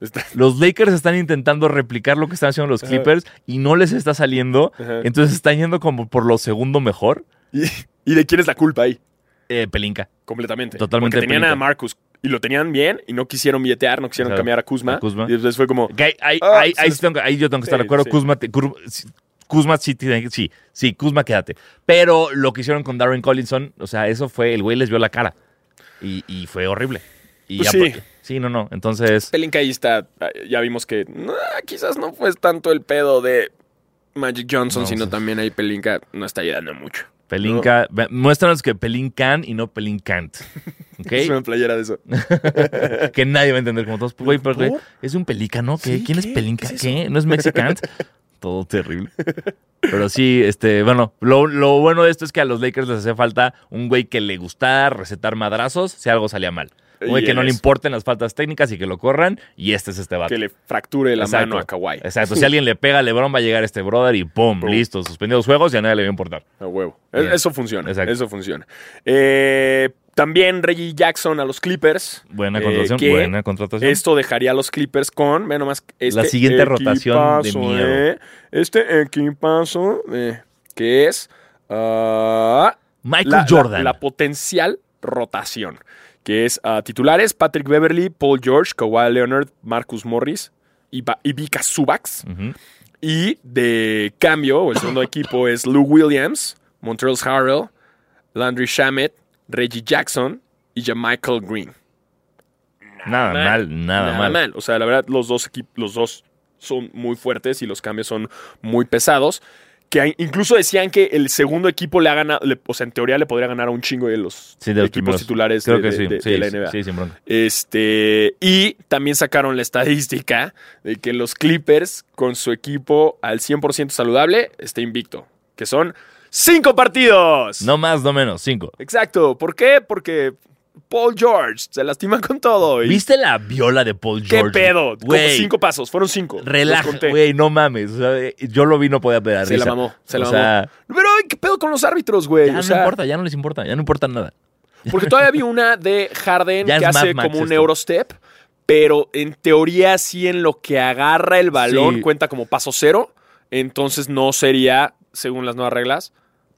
Está-
Los Lakers están intentando replicar lo que están haciendo los
Ajá.
Clippers y no les está saliendo.
Ajá.
Entonces están yendo como por lo segundo mejor.
¿Y, y de quién es la culpa ahí?
Eh, Pelinka.
Completamente.
Totalmente
Porque tenían
penita.
a Marcus y lo tenían bien y no quisieron billetear, no quisieron
Exacto.
cambiar a Kuzma.
A Kuzma.
Y entonces fue como...
Que ahí, ahí-
Ah,
ahí-
se
ahí
les-
sí tengo que- ahí yo tengo que estar
Sí,
de acuerdo.
sí.
Kuzma, te- Kur- si- Kuzma sí, tiene- sí, sí, Kuzma quédate. Pero lo que hicieron con Darren Collinson, o sea, eso fue, el güey les vio la cara. Y, y fue horrible. Y
Pues
ya
sí.
por- sí, no, no. Entonces,
Pelinka ahí está, ya vimos que no, quizás no fue tanto el pedo de Magic Johnson,
No,
sino
sí.
también ahí Pelinka no está ayudando mucho.
Pelinka, ve- muéstranos que Pelin can y no Pelin can't.
Es
¿Ok?
una playera de eso.
que nadie va a entender como todos. "Pues, Güey, pero, güey,
¿Por?
es un pelícano. ¿Qué?
Sí,
¿Quién es
¿qué?
Pelinca?
¿Qué
¿Qué?
es
¿No es mexicano? Todo terrible. Pero sí, este, bueno, lo, lo bueno de esto es que a los Lakers les hacía falta un güey que le gustara recetar madrazos si algo salía mal. Un güey
Y
que no le
es-
importen las faltas técnicas y que lo corran, y este es este vato.
Que le fracture la
Exacto.
mano a Kawhi.
Exacto. Si alguien le pega a LeBron, va a llegar este brother y ¡pum!
Pum.
Listo, suspendidos juegos y a nadie le va a importar.
A huevo.
Bien.
E- Eso funciona.
Exacto.
Eso funciona. Eh, también Reggie Jackson a los Clippers.
Buena
Eh,
contratación.
que
buena contratación.
Esto dejaría a los Clippers con, ve nomás, este
La siguiente rotación de
equipazo,
miedo.
eh. Este equipazo, eh, que es ah,
Michael
la,
Jordan.
la- la potencial rotación, que es ah, titulares Patrick Beverly, Paul George, Kawhi Leonard, Marcus Morris y, Ba- y Vika Subaks.
Ujú.
Y de cambio, o el segundo equipo es Lou Williams, Montrezl Harrell, Landry Shamet, Reggie Jackson y Jamichael Green.
Nada
mal,
mal, nada,
Nada
mal.
mal. O sea, la verdad, los dos equipos, los dos son muy fuertes y los cambios son muy pesados. Que hay- incluso decían que el segundo equipo le ha ganado, le- o sea, en teoría le podría ganar a un chingo de los,
Sí, de los
equipos
primeros.
titulares
Creo
de,
que
de-
sí,
de-
sí,
de la NBA.
sí, sin bronca.
Este, y también sacaron la estadística de que los Clippers, con su equipo al 100% saludable, está invicto, que son cinco partidos.
No más, no menos, cinco.
Exacto. ¿Por qué? Porque Paul George se lastima con todo. y
¿Viste la viola de Paul
¿Qué
George?
pedo? Como
Güey,
cinco pasos, fueron cinco. los
relaja,
conté.
güey, no mames. o sea, eh, yo lo vi, no podía pegar
Se la mamó, se la
o sea,
Pero, ay, ¿qué pedo con los árbitros, güey?
ya
O
no
sea,
importa, ya no les importa, ya no importa nada.
Porque todavía vi una de Harden
Ya
que
es Mad
hace
Max
como un
esto.
Eurostep, pero en teoría sí en lo que agarra el balón
Sí.
cuenta como paso cero, entonces no sería, según las nuevas reglas,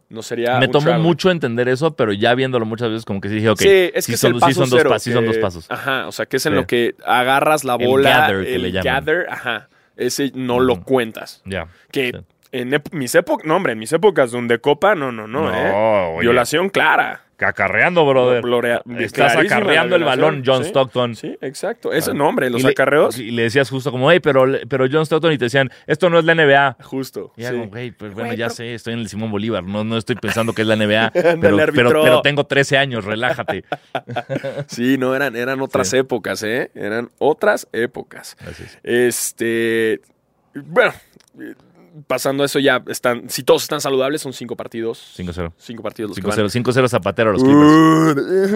no sería
Me
un
tomó
travel.
mucho entender eso, pero ya viéndolo muchas veces, como que sí dije, ok,
sí, es que
sí
es
son,
el
sí
paso
son dos
cero, eh, ah,
pasos, sí son dos
que-
pasos.
Ajá, o sea, que es en
Sí.
lo que agarras la
El
bola, el
gather
gather,
que le llaman.
ajá, ese no lo
Ujú.
cuentas.
Ya.
Que
Sí.
en ep- mis épocas, no hombre, en mis épocas donde copa, no, no, no, eh.
oye,
Violación clara.
Cacarreando, brother.
Blorea-
Estás
clarísima la
acarreando el
violación,
balón, John
sí.
Stockton.
Sí, exacto. Ese
Ah.
nombre, los
Y le-
acarreos.
Y le decías justo como, hey, pero, pero John Stockton, y te decían, esto no es la NBA.
Justo.
Y era
sí.
como, güey, pues bueno,
Güey,
ya
pero-
sé, estoy en el Simón Bolívar, no, no estoy pensando que es la NBA,
Ándale,
pero,
árbitro.
pero, pero tengo 13 años, relájate.
Sí, no, eran, eran otras
Sí.
épocas, ¿eh? Eran otras épocas.
Así es.
Este. Bueno, eh, pasando eso, ya están. Si todos están saludables, son cinco partidos.
5-0.
Cinco partidos los que van.
5-0, 5-0 Zapatero a los Clippers.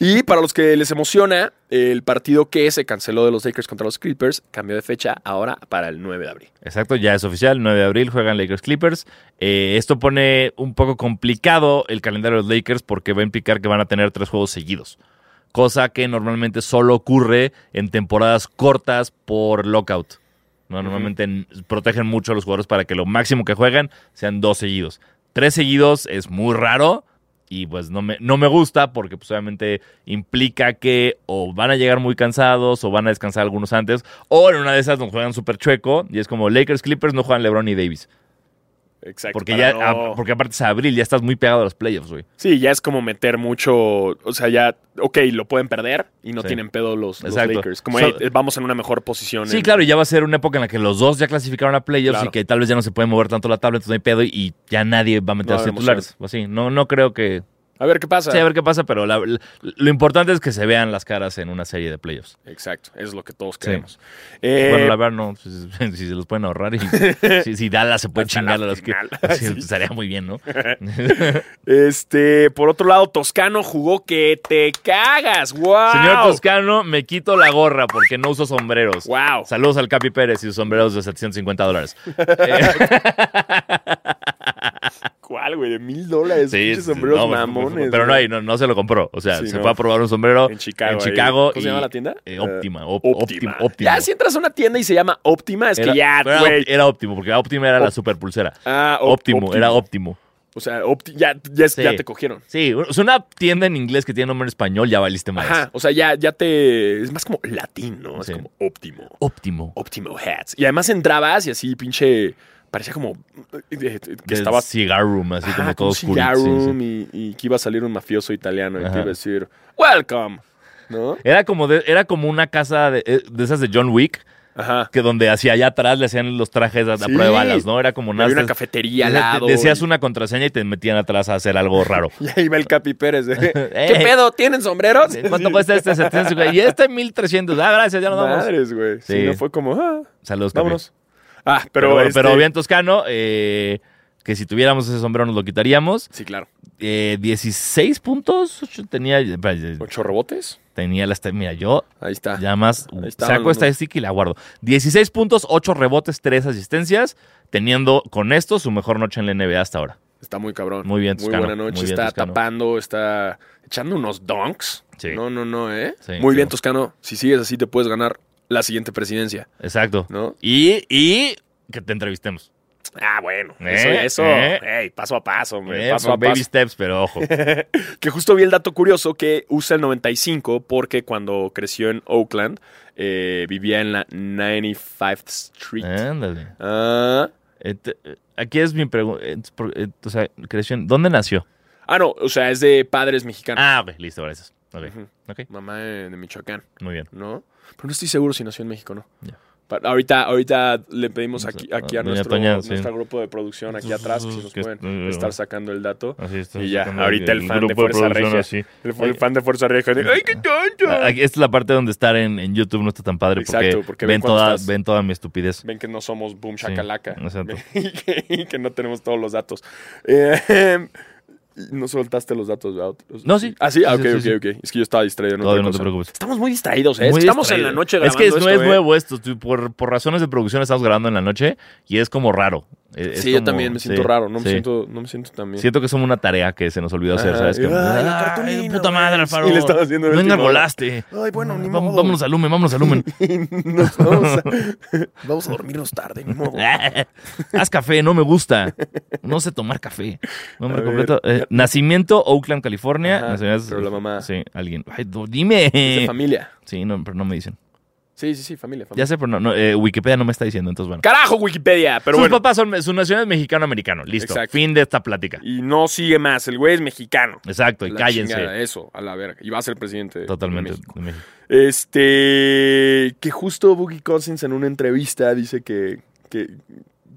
Uh, y para los que les emociona, el partido que se canceló de los Lakers contra los Clippers cambió de fecha ahora para el 9 de abril.
Exacto, ya es oficial, 9 de abril juegan Lakers Clippers. Eh, esto pone un poco complicado el calendario de los Lakers porque va a implicar que van a tener tres juegos seguidos. Cosa que normalmente solo ocurre en temporadas cortas por lockout. ¿no? Normalmente n- protegen mucho a los jugadores para que lo máximo que juegan sean dos seguidos. Tres seguidos es muy raro y pues no me, no me gusta porque pues obviamente implica que o van a llegar muy cansados o van a descansar algunos antes o en una de esas nos juegan súper chueco y es como Lakers Clippers no juegan LeBron y Davis.
Exacto.
Porque,
para
ya, ah,
no-
a- porque aparte es abril, ya estás muy pegado a los playoffs, güey.
Sí, ya es como meter mucho. O sea, ya, ok, lo pueden perder y no
Sí.
tienen pedo los, los
Exacto.
Lakers. Como
So-
"Hey, vamos en una mejor posición.
Sí,
en-
claro, y ya va a ser una época en la que los dos ya clasificaron a playoffs
Claro.
y que tal vez ya no se puede mover tanto la tabla, entonces no hay pedo y ya nadie va a meter
No
a los
habrá
titulares. Así, no, no creo que...
A ver qué pasa.
Sí, a ver qué pasa, pero la- la- lo importante es que se vean las caras en una serie de playoffs.
Exacto, es lo que todos
Sí.
queremos. Eh,
bueno, la verdad, no. Si, si se los pueden ahorrar y si, si Dallas se puede
Hasta
chingar
la
a los que.
final.
sí,
Sí.
Estaría muy bien, ¿no?
Este, por otro lado, Toscano jugó que te cagas. ¡Wow!
Señor Toscano, me quito la gorra porque no uso sombreros.
¡Wow!
Saludos al Capi Pérez y sus sombreros de 750 dólares. Eh,
¿Cuál, güey? De mil dólares.
sí,
pinches sombreros
no, pues,
mamones.
Pero no,
güey.
hay, no, no se lo compró. O sea,
Sí,
se
no.
fue a probar un sombrero
En Chicago. ahí.
Chicago
¿Cómo
y-
se llama la tienda?
eh, óptima, op-
Optima.
óptima, óptima.
Ya, si entras a una tienda y se llama Optima, es
Era,
que ya,
pero era
güey.
Opti- era óptimo, porque óptima era la
Op-
super pulsera.
Ah, Op-
Óptimo, era óptimo.
O sea, Opti- ya, ya,
Sí.
ya te cogieron.
Sí, es una tienda en inglés que tiene nombre en español, ya valiste más.
Ajá, o sea, ya, ya te. Es más como latín, ¿no?
Sí.
Es como óptimo.
Óptimo.
Óptimo Hats. Y además entrabas y así, pinche parecía como eh, eh, que
Del
estaba
cigar room, así como
Ah,
todo
un
oscuro.
cigar
sí, sí.
room y, y que iba a salir un mafioso italiano y te
Ajá.
iba a decir, welcome, ¿no?
Era como, de- era como una casa de, eh, de esas de John Wick,
Ajá.
que donde hacia allá atrás le hacían los trajes a, a
Sí.
prueba de balas, ¿no? Era como
Había
una...
una cafetería al
de-
lado.
Decías
y-
una contraseña y te metían atrás a hacer algo raro.
Y ahí va el Capi Pérez. ¿eh? ¿Qué
Eh.
pedo? ¿Tienen sombreros?
¿Cuánto cuesta este 750? Y este 1300. Ah, gracias, ya nos vamos.
Madres, güey. Sí.
Sí.
no fue como, ah,
Saludos, Capi.
vámonos. Ah, pero,
Pero, bueno,
este-
pero bien toscano, eh, que si tuviéramos ese sombrero nos lo quitaríamos.
Sí, claro.
Eh, 16 puntos. Yo tenía, espera,
¿Ocho rebotes?
tenía las... Mira, yo
Ahí está.
ya más
Ah,
uh,
Ahí está,
saco
vámonos.
estadística y la guardo. 16 puntos, 8 rebotes, 3 asistencias, teniendo con esto su mejor noche en la NBA hasta ahora.
Está muy cabrón.
Muy bien, Toscano.
Muy buena noche.
Muy bien,
está
Toscano.
tapando, está echando unos donks.
Sí.
No, no, no, ¿eh?
Sí,
muy bien,
claro.
Toscano. Si sigues así, te puedes ganar la siguiente presidencia,
Exacto.
¿no?
Y, y que te entrevistemos.
Ah, bueno.
Eh,
Eso, eso.
eh.
Ey, paso a paso, hombre.
Eh,
paso a
baby
paso.
steps, pero ojo.
Que justo vi el dato curioso que usa el 95 porque cuando creció en Oakland eh, vivía en la 95th Street.
Ándale.
Ah,
Eh, te- eh, Aquí es mi pregunta. O sea, creció en- ¿Dónde nació?
ah, no, o sea, es de padres mexicanos.
Ah, ok, listo, gracias. Ok,
Ujú.
ok,
Mamá eh, de Michoacán,
muy bien.
¿no? Pero no estoy seguro si nació en México, ¿no?
Ya.
Pa- Ahorita, ahorita le pedimos
Vamos a-
aquí, aquí
a
a
doña
nuestro,
Toña, sí.
nuestro grupo de producción aquí atrás que si nos
Que- eh,
pueden estar sacando el dato.
Así está,
Y ya,
sacando
ahorita el fan de
grupo
Fuerza
producción
Regia.
así.
El, el fan de Fuerza Regia dijo, ¡ay, qué tonto!
Ah, aquí- Esta es la parte donde estar en, en YouTube no está tan padre porque,
Exacto, porque ven
ven,
cuando
toda,
estás-
ven toda mi estupidez.
ven que no somos boom
Sí,
shakalaka
exacto.
y, que, y que no tenemos todos los datos. Eh, no soltaste los datos, ¿verdad? Otros-
No, sí.
Ah, sí, Ah,
Sí,
ok,
sí,
ok,
sí.
ok. Es que yo estaba distraído. en otra
Todavía no te
cosa.
preocupes.
Estamos muy distraídos, ¿eh? Es
Muy
que estamos
distraído.
en la noche
Es
grabando
que es,
esto,
no es
¿eh?
nuevo esto. tú- Por, por razones de producción estamos grabando en la noche y es como raro. Eh, es
Sí, yo
como-
también me
sí,
siento raro. No me,
sí.
siento, no me siento tan bien.
Siento que somos una tarea que se nos olvidó hacer,
Ajá,
¿sabes?
y,
Que,
"Ay, la
"Ay,
cartulina,
puta madre,
güey".
Alfaro.
Sí, le estaba haciendo el
No
último.
enarbolaste.
Ay, bueno, ni
Vamos-
modo.
Vámonos al lumen, vámonos al lumen.
Nos vamos, a, vamos a dormirnos tarde, ni modo.
Haz café, no me gusta. No sé tomar café. Nombre
A
completo. eh, nacimiento, Oakland, California.
Ajá,
Nacionalidad-
pero la mamá.
Sí, alguien. Ay, do- dime.
Es de familia.
Sí, no, pero no me dicen.
Sí, sí, sí, familia. familia.
Ya sé, pero no, no, eh, Wikipedia no me está diciendo, entonces bueno.
¡Carajo, Wikipedia! Pero
Sus
bueno.
papás son, su nacional es mexicano-americano. Listo.
Exacto.
Fin de esta plática.
Y no sigue más. El güey es mexicano.
Exacto, y
La
cállense.
chingada, eso, a la verga. Y va a ser presidente. de
Totalmente.
México.
de México.
Este, que justo Boogie Cousins en una entrevista dice que, que,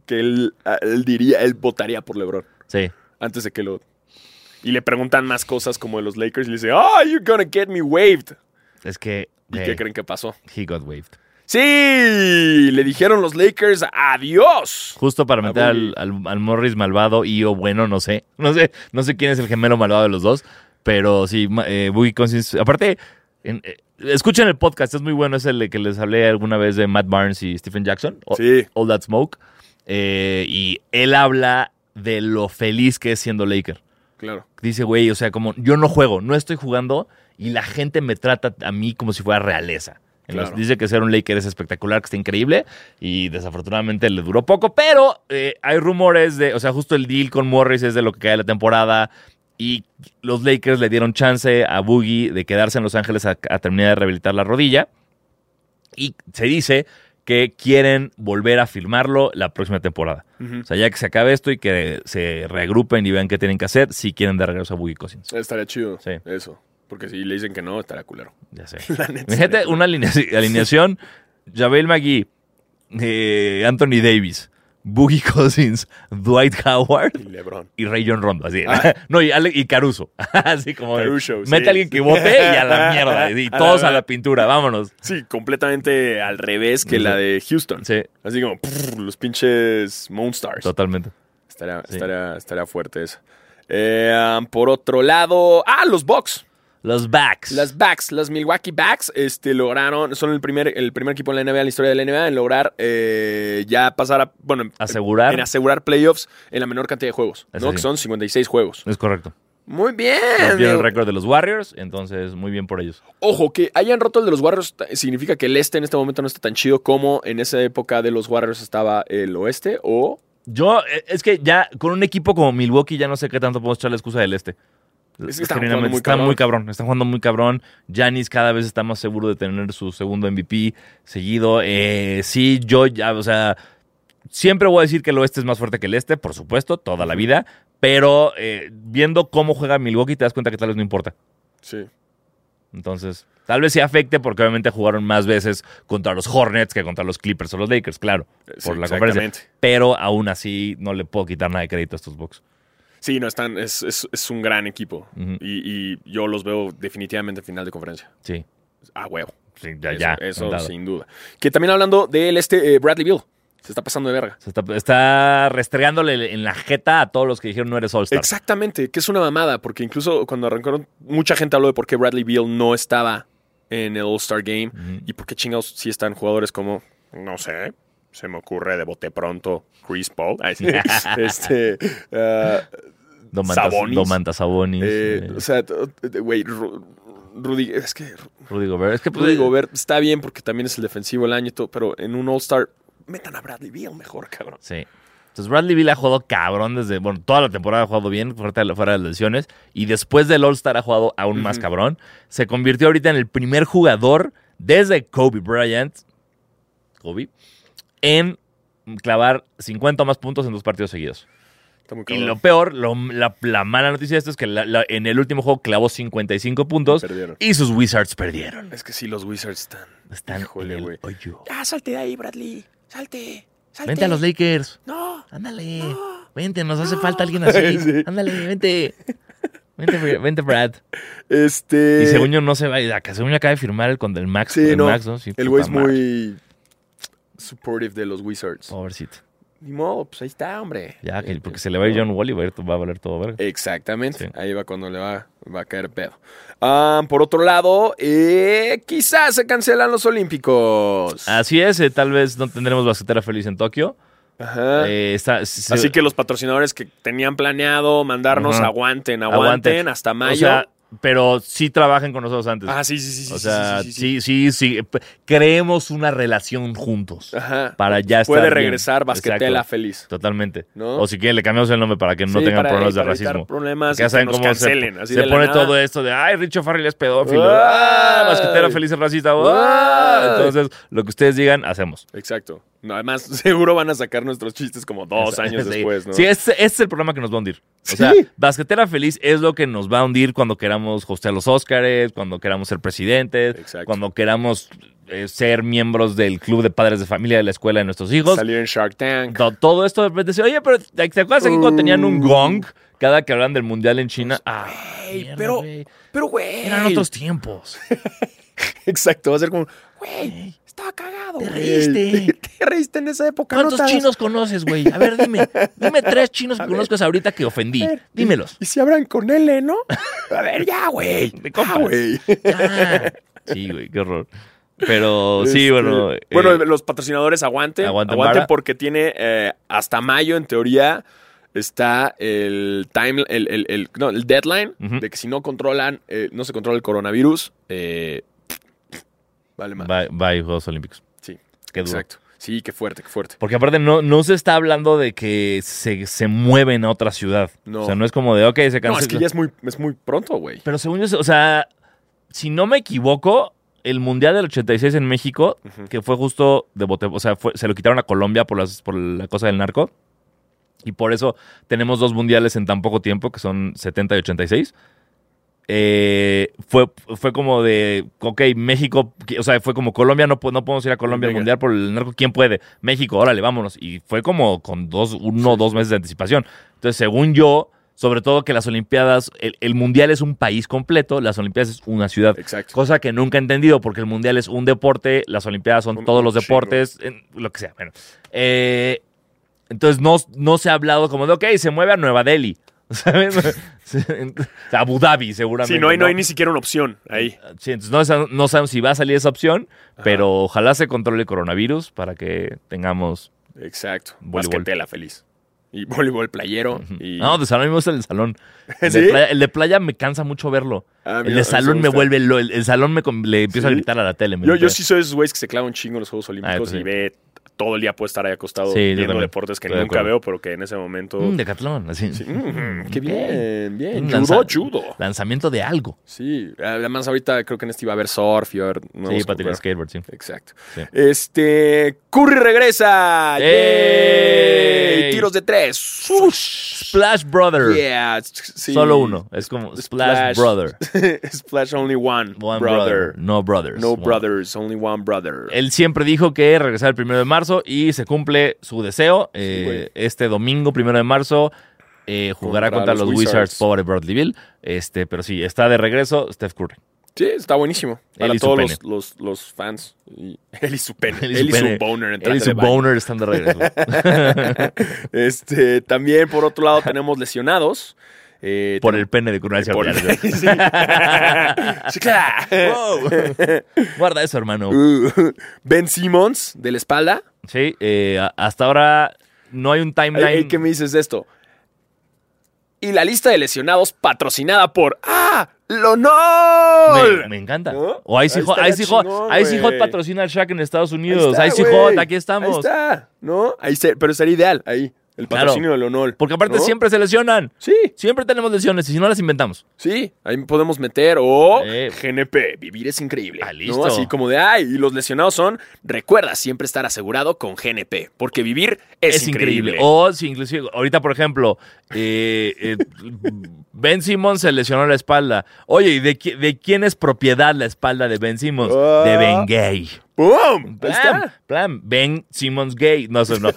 que él, a- él diría, él votaría por LeBron
Sí.
antes de que lo... Y le preguntan más cosas como de los Lakers y le dice, oh, you're gonna get me waived.
Es que.
¿Y
eh,
qué creen que pasó?
He got waived.
Sí, le dijeron los Lakers, adiós.
Justo para meter
Ah,
al, al- al Morris malvado y o bueno, no sé. No sé, no sé quién es el gemelo malvado de los dos. Pero sí, ma- eh, Boogie Cousins. Aparte, en- eh, escuchen el podcast, es muy bueno. Es el de que les hablé alguna vez de Matt Barnes y Stephen Jackson. o-
Sí.
All That Smoke. Eh, y él habla de lo feliz que es siendo Laker.
Claro.
Dice, güey, o sea, como yo no juego, no estoy jugando y la gente me trata a mí como si fuera realeza. Entonces,
Claro.
Dice que ser un Laker es espectacular, que está increíble y desafortunadamente le duró poco, pero eh, hay rumores de, o sea, justo el deal con Morris es de lo que cae la temporada y los Lakers le dieron chance a Boogie de quedarse en Los Ángeles a, a terminar de rehabilitar la rodilla y se dice que quieren volver a firmarlo la próxima temporada.
Ujú.
O sea, ya que se acabe esto y que se reagrupen y vean qué tienen que hacer, si quieren dar regreso a Boogie Cousins.
Estaría chido.
Sí.
Eso. Porque si le dicen que no, estará culero.
Ya sé.
La neta,
Fíjate, una alinea- alineación: Javel McGee, eh, Anthony Davis, Boogie Cousins, Dwight Howard
Y LeBron.
y Ray John Rondo. Así. No, y, Ale- y Caruso. Así como. de,
Ah. Caruso,
mete
sí.
a alguien que vote y a la mierda. Y
A la
todos a
verga.
la pintura, vámonos.
Sí, completamente al revés que
Sí.
la de Houston.
Sí,
Así como pff, los pinches Moonstars.
totalmente.
Estaría,
Sí.
estaría- estaría fuerte eso. Eh, por otro lado, ah, los Bucks.
Los backs.
Las Bucks, los Milwaukee Bucks, este, lograron, son el primer, el primer equipo en la NBA, en la historia de la NBA, en lograr eh, ya pasar a, bueno, en-
Asegurar.
en asegurar playoffs en la menor cantidad de juegos,
Eso
¿no?
sí.
Que son 56 juegos.
Es correcto.
Muy bien.
Rompieron
digo,
el récord de los Warriors, entonces muy bien por ellos.
Ojo, que hayan roto el de los Warriors ta- significa que el este en este momento no está tan chido como en esa época de los Warriors estaba el oeste o...
Yo, eh, es que ya con un equipo como Milwaukee, ya no sé qué tanto podemos echar la excusa del este.
Es que están
Genuinamente,
jugando muy
están
cabrón.
muy cabrón. Están jugando muy cabrón. Giannis cada vez está más seguro de tener su segundo MVP seguido. Eh, sí, yo ya, o sea, Siempre voy a decir que el oeste es más fuerte que el este, por supuesto, toda la vida. Pero eh, viendo cómo juega Milwaukee, te das cuenta que tal vez no importa.
Sí.
Entonces, tal vez sí afecte porque obviamente jugaron más veces contra los Hornets que contra los Clippers o los Lakers, claro,
Sí,
por la
exactamente.
conferencia. Pero aún así no le puedo quitar nada de crédito a estos Bucks.
Sí, no están, es, es- es un gran equipo.
Ujú.
y, y yo los veo definitivamente en final de conferencia.
Sí,
A huevo.
sí, ya,
Eso-
ya.
Eso,
cantado.
sin duda. Que también hablando del este, eh, Bradley Bill. Se está pasando de verga.
Se está, está restregándole en la jeta a todos los que dijeron no eres All-Star.
Exactamente, que es una mamada, porque incluso cuando arrancaron, mucha gente habló de por qué Bradley Beal no estaba en el All-Star Game
Ujú.
y por qué chingados sí están jugadores como, no sé, se me ocurre de bote pronto, Chris Paul, Ay, sí. este, ah, Sabonis.
Domantas Sabonis. Domantas Sabonis.
eh,
eh,
o sea, t- t- güey, Ru- Rudy, es que
Rudy Gobert. Es que pues,
Rudy Gobert está bien porque también es el defensivo el año y todo, pero en un All-Star, metan a Bradley Beal mejor, cabrón.
Sí. Entonces Bradley Bill ha jugado cabrón desde, bueno, toda la temporada ha jugado bien, fuera de, fuera de las lesiones, y después del All-Star ha jugado aún más
Ujú.
cabrón. Se convirtió ahorita en el primer jugador desde Kobe Bryant, Kobe, en clavar 50 o más puntos en dos partidos seguidos.
Está muy
Y
cabrón.
lo peor, lo- la, la mala noticia de esto es que la- la- en el último juego clavó 55 puntos
Perdieron.
y sus Wizards perdieron.
Es que sí, los Wizards están.
Están
Híjole,
en el
güey.
hoyo.
Ah, salte de ahí, Bradley. Salte. salte.
Vente a los Lakers.
No.
Ándale.
No.
Vente, nos hace falta alguien así.
Sí.
Ándale, vente. Vente, Br- vente, Brad.
Este.
y según yo no se va. y acá- Según yo acaba de firmar el con el Max.
Sí,
el
no.
Max, ¿no? Sí,
el güey es
puta madre.
muy supportive de los Wizards.
Pobrecito.
Ni modo, pues ahí está, hombre.
Ya, que- porque
Eh,
se le va a ir John Wall y va a, ir- va a valer todo verga.
Exactamente.
Sí.
Ahí va cuando le va, va a caer pedo. Ah, por otro lado, eh, quizás se cancelan los Olímpicos.
Así es, eh, tal vez no tendremos basquetera feliz en Tokio.
Ajá.
Eh, está- se-
Ah. Así que los patrocinadores que tenían planeado mandarnos,
Ajá.
aguanten, aguanten,
Aguante.
hasta
o
mayo.
sea, pero sí trabajen con nosotros antes.
ah, sí, sí, sí. sí,
o
sí,
sea,
sí, sí, sí.
sí, sí, sí. P- Creemos una relación juntos.
Ajá.
Para ya estar.
Puede
bien.
regresar Basquetela
Exacto.
feliz.
Totalmente.
¿No?
O si quieren, le cambiamos el nombre para que no
Sí,
tengan
para-
problemas de
para evitar
racismo.
Problemas
Ya
y que
saben
nos
cómo se-
cancelen.
se,
así de la
pone
nada.
todo esto de, ay, Richo Farrell es pedófilo.
¡Ah!
Ah, basquetera feliz es racista. ¡Ah!
¡Ah!
Entonces, lo que ustedes digan, hacemos.
Exacto. No, además, seguro van a sacar nuestros chistes como dos
Esa-
años
sí.
después, ¿no?
Sí, este, este es el programa que nos va a hundir. O sea,
Sí.
Basquetera Feliz es lo que nos va a hundir cuando queramos hostear los Óscares, cuando queramos ser presidentes,
Exacto.
cuando queramos eh, ser miembros del club de padres de familia de la escuela de nuestros hijos.
Salir en Shark Tank.
To- Todo esto de repente decía, oye, pero ¿te te acuerdas aquí cuando tenían un
Uh.
gong cada que hablaban del mundial en China? Ah,
Ey,
mierda,
pero,
güey.
pero, güey.
Eran otros tiempos.
Exacto, va a ser como, güey, estaba cagado.
Te
güey.
reíste.
Te, te reíste en esa época.
¿Cuántos
no te hagas-
chinos conoces, güey? A ver, dime. Dime tres chinos que conozcas ahorita que ofendí.
A ver, y-
Dímelos.
Y si hablan con L, ¿no? A ver, ya, güey. Ya,
De compas.
güey.
Ya. Ah, Sí, güey, qué horror. Pero sí,
Este,
bueno. eh,
bueno, los patrocinadores aguanten. Aguanten,
aguanten vara.
porque tiene eh, hasta mayo, en teoría, está el time, el, el- el- no, el deadline
Ujú.
de que si no controlan, eh, no se controla el coronavirus, eh, vale más.
va, va a ir Juegos Olímpicos.
Sí,
Qué duro.
exacto. Sí, qué fuerte, qué fuerte.
Porque aparte no, no se está hablando de que se, se mueven a otra ciudad.
No.
O sea, no es como de, ok, se cancela.
No, es que ya es muy, es muy pronto, güey.
Pero según yo, o sea, si no me equivoco, el Mundial del 86 en México,
Ujú.
que fue justo de bote, o sea, fue- se lo quitaron a Colombia por, las, por la cosa del narco. Y por eso tenemos dos mundiales en tan poco tiempo, que son 70 y 86. Eh, fue, fue como de, ok, México, que- o sea, fue como Colombia, no, po- no podemos ir a Colombia al
Venga.
mundial por el narco, ¿quién puede? México, órale, vámonos. Y fue como con dos, uno o dos meses de anticipación. Entonces, según yo, sobre todo que las Olimpiadas, el, el mundial es un país completo, las Olimpiadas es una ciudad.
Exacto.
Cosa que nunca he entendido, porque el mundial es un deporte, las Olimpiadas son
Un-
todos
un
los
chingo.
deportes, en- lo que sea. Bueno, Eh, entonces no, no se ha hablado como de, ok, se mueve a Nueva Delhi, ¿sabes? a Abu Dhabi, seguramente.
Sí, no hay, no hay ni siquiera una opción ahí.
Sí, entonces no, sa- no sabemos si va a salir esa opción, pero ojalá se controle el coronavirus para que tengamos.
Exacto. Más que
Voleibol.
tela feliz. Y voleibol playero. y...
No, pues, de salón a mí me gusta el de salón. El,
¿Sí?
de playa, el de playa me cansa mucho verlo.
Ah, mira,
el de
eso
salón
me
me
gusta.
vuelve. lo- El, el salón me com- le empiezo a
¿Sí?
gritar a la tele. me
Yo, yo
empiezo-
sí soy de esos güeyes que se clavan chingo en los Juegos Olímpicos
pues sí.
y ve todo el día puedo estar ahí acostado
Sí, yo
viendo
también.
deportes que
Estoy de
nunca
acuerdo.
veo, pero que en ese momento.
Mm, Decathlon, así.
Sí, mm, qué bien, bien.
Un
Judo,
lanza-
judo.
Lanzamiento de algo.
Sí, además ahorita creo que en este iba a haber surf, iba a haber. nuevos
sí, patina
pero-
skateboard, sí.
Exacto.
Sí.
Este. Curry regresa. ¡Yay!
¡Yay!
Tiros de tres.
Splash Brother.
Yeah, sí.
Solo uno. Es como Splash,
Splash.
Brother.
Splash only one.
One brother.
brother.
No brothers.
No
One-
brothers, only one brother.
Él siempre dijo que regresaba el primero de marzo y se cumple su deseo. Eh,
güey.
este domingo, primero de marzo, eh, jugará
Contra
contra, los,
los
Wizards,
Wizards.
pobre Bradleyville. Este, pero sí, está de regreso Steph Curry.
Sí, está buenísimo. Para
Él y su
todos
pene.
los, los, los fans. Y- él y su pene.
Él
Él
y
y,
su pene.
su boner en
Él
traje
y
de
su
baño.
boner están de regreso.
Este, también, por otro lado, tenemos lesionados. Eh,
por el pene de Curry.
por el- sí. Sí, claro.
Wow. Guarda eso, hermano.
Uh, ben Simmons, de la espalda.
Sí, eh, a- hasta ahora no hay un timeline.
Ey, ey, ¿Qué me dices de esto? Y la lista de lesionados patrocinada por ¡Ah!
me,
¡Lonol!
me encanta.
¿No?
O Icy
Ahí
Hot,
estaría
Icy Hot,
chingón,
Icy Hot
güey.
patrocina al Shaq en Estados
Ahí
Unidos.
está,
Icy
güey.
Hot, aquí
Ahí
estamos.
está, ¿no? Ahí se- pero sería ideal, ahí, el
Claro.
patrocinio de Lonol.
Porque aparte
¿no?
siempre se lesionan.
Sí,
Siempre tenemos lesiones y si no las inventamos.
sí, ahí podemos meter o
Eh.
GNP, vivir es increíble.
Ah,
¿no?
listo.
Así como de, ay, y los lesionados son, recuerda siempre estar asegurado con GNP, porque vivir es, increíble.
O si inclusive, ahorita por ejemplo, eh, eh, Ben Simmons se lesionó la espalda. Oye, ¿y de, qui- de quién es propiedad la espalda de Ben Simmons?
Ah.
De Ben Gay.
¡Pum! Ah, Ahí
Plan,
está.
plan, Ben Simmons Gay. No, eso no.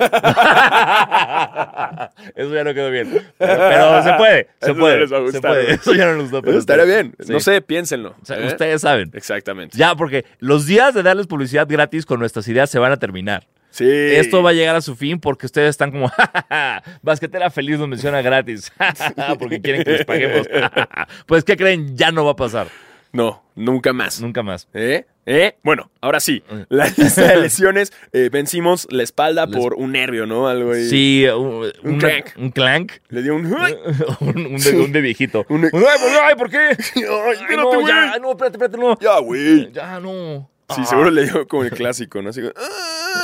eso ya no quedó bien. Pero, pero se puede, se
Eso no
puede.
les va a
se
gustar,
puede.
güey.
Eso ya no nos da
Eso estaría bien. No sé, piénsenlo. ¿eh?
Ustedes saben.
Exactamente.
Ya, porque los días de darles publicidad gratis con nuestras ideas se van a terminar.
Sí.
Esto va a llegar a su fin porque ustedes están como, "Ja, ja, ja, basquetera feliz nos menciona gratis, Ja, ja, ja, porque quieren que les paguemos. Ja, ja, ja. pues, ¿qué creen? Ya no va a pasar,
No, nunca más.
nunca Eh. más.
¿Eh? ¿Eh? Bueno, ahora sí. La lista de lesiones. eh, Ben Simmons, la espalda por un nervio, ¿no? Algo ahí.
Sí, Eh. un, una-
clank.
Un clank.
Le dio un. ¡Ay!
un, un de, un de viejito.
Un-
ay, ¿por, ay, ¿por qué?
¡Ay,
Ay,
espérate,
no,
güey!
ya, ay, no, espérate, espérate, no.
Ya, güey.
Ya, no.
Sí,
Ah.
seguro le dio como el clásico, ¿no? Así como,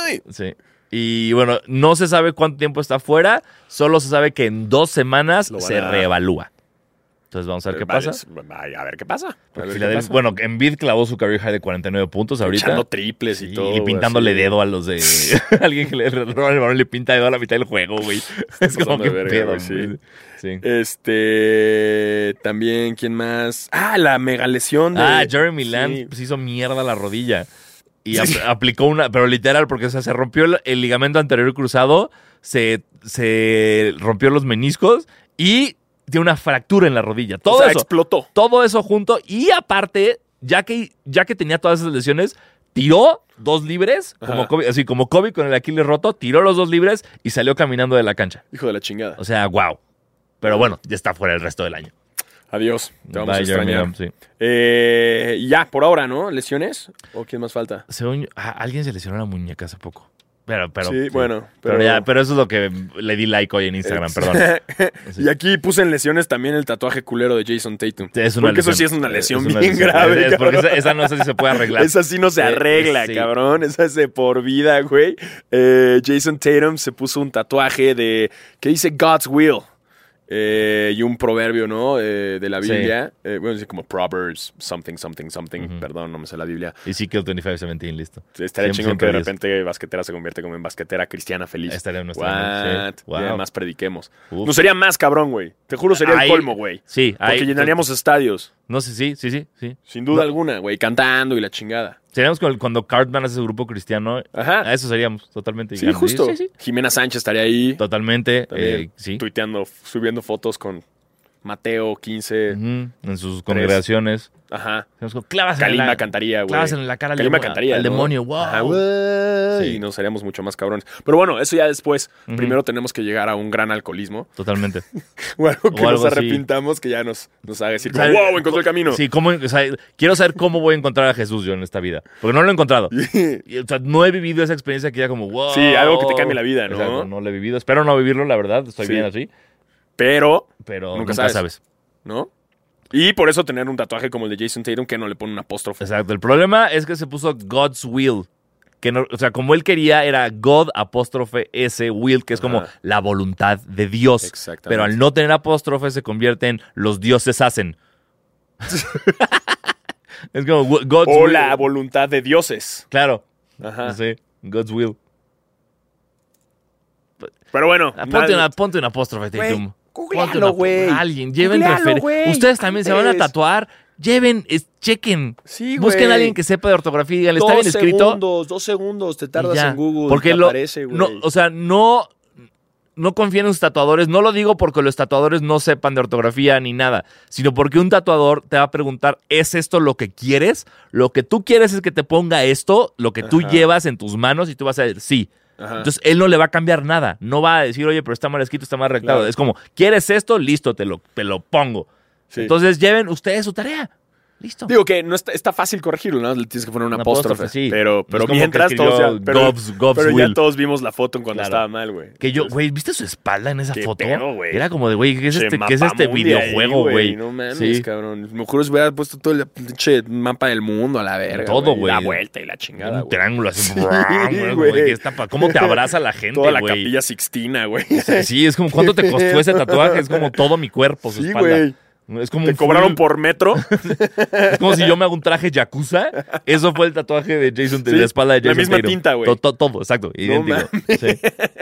¡Ay!
Sí. Y bueno, no se sabe cuánto tiempo está fuera, solo se sabe que en dos semanas
Lo van
se
a-
reevalúa. Entonces vamos a ver qué
Vale,
pasa.
vaya, a ver qué pasa. A ver qué
Filadelfia-
pasa.
Bueno, Embiid clavó su career high de 49 puntos ahorita.
Echando triples
Sí,
y todo.
y
güey,
pintándole
así.
dedo a los de. Alguien que le roba el balón le pinta dedo a la mitad del juego, güey. Es como
pasando
que
de verga,
pedo,
güey, sí.
güey. Sí.
Este. También, ¿quién más? Ah, la mega lesión de.
Ah, Jeremy Lamb
Sí.
pues, hizo mierda la rodilla. Y
Sí.
ap- aplicó una, pero literal, porque o sea, se rompió el, el ligamento anterior cruzado, se, se rompió los meniscos y tiene una fractura en la rodilla. Todo
O sea,
eso,
explotó.
todo eso junto. Y aparte, ya que, ya que tenía todas esas lesiones, tiró dos libres, como
Ajá.
Kobe, así como Kobe con el Aquiles roto, tiró los dos libres y salió caminando de la cancha.
Hijo de la chingada.
O sea, wow. Pero bueno, ya está fuera el resto del año.
Adiós. Te vamos a
Bye, Jeremy
extrañar.
Lamb, sí.
Eh, y ya, por ahora, ¿no? ¿Lesiones? ¿O quién más falta?
Según yo- ah, alguien se lesionó la muñeca hace poco. Pero, pero.
sí, bueno.
Pero,
Pero,
ya, pero eso es lo que le di like hoy en Instagram,
Ex-
perdón. Sí.
y aquí puse en lesiones también el tatuaje culero de Jason Tatum.
Es una
porque eso
lesión.
sí es una lesión
Es una
bien
lesión.
grave.
Es- es porque
cabrón.
esa, esa no sé si se puede arreglar.
Esa sí no se
Eh,
arregla,
sí.
cabrón. Esa es de por vida, güey. Eh, Jason Tatum se puso un tatuaje de. que dice God's Will. Eh, y un proverbio, ¿no? Eh, de la
Sí.
Biblia. Eh, bueno, dice como Proverbs, something, something, something.
Ujú.
Perdón, no me sé la Biblia.
Y sí que el 25-17, listo.
Estaría
Siempre,
chingón que de
siempre
repente basquetera se convierte como en basquetera cristiana feliz.
Estaría en nuestra
What?
mano, sí.
Y además prediquemos.
Uf.
No sería más cabrón, güey. Te juro, sería
Ahí-
el colmo, güey.
Sí,
Porque
ahí-
llenaríamos estadios.
No sé, sí, sí, sí, sí.
Sin duda alguna, güey. Cantando y la chingada.
Seríamos con el- cuando Cartman hace su grupo cristiano.
Ajá.
A eso seríamos, totalmente.
Ah. Sí,
digamos.
justo.
Sí, sí, sí.
Jimena Sánchez estaría ahí.
Totalmente,
También
eh, sí.
Tuiteando, f- subiendo fotos con Mateo, 15.
Ujú, En sus congregaciones.
Ajá.
Seríamos como, clavas en
Kalima
la-
cantaría, güey.
clavas en la cara al
Kalima
demo-
cantaría.
al
¿no?
demonio, wow.
Ajá, güey.
Sí.
Y nos seríamos mucho más cabrones. Pero bueno, eso ya después.
Ujú.
Primero tenemos que llegar a un gran alcoholismo.
Totalmente.
O algo que
O algo
nos
así.
arrepintamos que ya nos, nos haga decir, como,
O sea,
wow, encontré el camino.
Sí, ¿cómo, o sea, quiero saber cómo voy a encontrar a Jesús yo en esta vida. Porque no lo he encontrado. Y, o sea, no he vivido esa experiencia que ya como, wow.
Sí, algo que te cambie la vida, ¿no?
Exacto, no lo he vivido. Espero no vivirlo, la verdad. Estoy
Sí.
bien así.
Pero,
Pero nunca,
Nunca
sabes.
sabes. ¿no? Y por eso tener un tatuaje como el de Jason Tatum que no le pone un apóstrofe.
Exacto. El problema es que se puso God's Will. que no, o sea, como él quería era God apóstrofe S will, que es como
Ajá.
la voluntad de Dios.
Exactamente.
Pero al no tener apóstrofe se convierte en los dioses hacen. es como wo- God's
O
will.
la voluntad de dioses.
Claro,
Ajá.
sí, God's will.
Pero bueno.
Ah, Ponte
nadie-
una, ponte un apóstrofe,
Güey,
Tatum.
googlealo,
Ponte una-
güey.
Alguien, lleven
Googlealo,
refer-
güey,
Ustedes también se van a
antes.
tatuar. Lleven, es- chequen.
Sí, güey.
Busquen a alguien que sepa de ortografía. Díganle, está
Dos
bien escrito.
segundos, dos segundos, te
y
tardas
ya.
en Google.
Porque
te
lo-
aparece, güey.
no, o sea, no, no confíen en sus tatuadores. No lo digo porque los tatuadores no sepan de ortografía ni nada, sino porque un tatuador te va a preguntar, ¿es esto lo que quieres? Lo que tú quieres es que te ponga esto, lo que tú
Ajá.
llevas en tus manos y tú vas a decir sí.
Ajá.
Entonces él no le va a cambiar nada. No va a decir, oye, pero está mal escrito, está mal rectado.
Claro.
Es como, ¿quieres esto? Listo, te lo, te lo pongo.
Sí.
Entonces lleven ustedes su tarea. Listo.
Digo que no está, está fácil corregirlo, ¿no? Le tienes que poner un
Un
apóstrofe.
apóstrofe, sí.
Pero,
No
pero
es como que
mientras
escribió
todos. ya- pero
Gobs- Gobs
pero ya
Will.
todos vimos la foto en cuando
Claro.
estaba mal, güey.
que yo,
Entonces,
güey, ¿viste su espalda en esa
¿Qué
foto?
pedo, güey?
Era como de, güey, ¿qué es
che,
este, qué es este
mapamundi ahí,
videojuego, güey?
No mames,
Sí.
cabrón. Mejor se hubiera puesto todo el pinche mapa del mundo a la verga.
Todo, güey.
La vuelta y la chingada,
un
güey.
triángulo así.
Sí,
güey,
güey.
como de que está pa- ¿Cómo te abraza la gente,
Toda la
güey?
capilla sixtina, güey.
Sí, es como, ¿cuánto te costó ese tatuaje? Es como todo mi cuerpo, su
Sí,
espalda.
güey.
Es como
Te
un full-
cobraron por metro.
Es como si yo me hago un traje yakuza. Eso fue el tatuaje de Jason, de
Sí,
la espalda de
la
Jason.
misma
Tatum.
tinta, güey.
To- to- Todo, exacto, idéntico. Sí.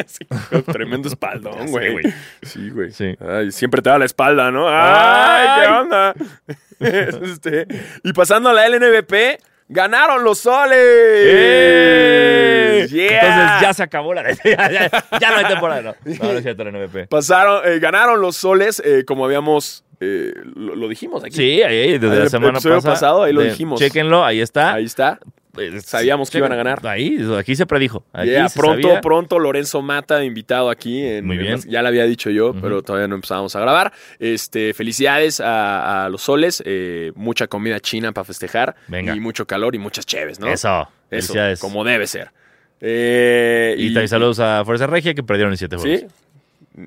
Sí, güey, tremendo espaldón, güey.
güey.
Sí, güey.
Sí.
Ay, siempre te da la espalda, ¿no? ¡Ay,
¡Ay!
qué onda! Este, y pasando a la LNBP, ganaron los soles.
¡Eh!
Yeah.
Entonces ya se acabó la. Ya, ya- ya no hay temporada. No, no, no es cierto, la NBP.
Pasaron, eh, ganaron los soles, eh, como habíamos, eh, lo, lo dijimos aquí.
Sí, ahí, ahí, desde
Ahí
la
el
semana
episodio
pasada.
pasado, ahí lo
De-
dijimos.
Chéquenlo, ahí está.
Ahí está.
Pues,
sabíamos que iban a ganar.
Ahí, aquí se predijo. Aquí
Yeah,
se
pronto,
sabía.
pronto, Lorenzo Mata, invitado aquí. En,
Muy
en
bien.
las- ya lo había dicho yo, pero todavía no empezábamos a grabar. Este, felicidades a, a los soles. eh, mucha comida china para festejar.
Venga.
Y mucho calor y muchas cheves, ¿no?
Eso.
Eso,
Felicidades.
como debe ser. Eh,
Y también saludos a Fuerza Regia que perdieron en siete
Sí,
juegos.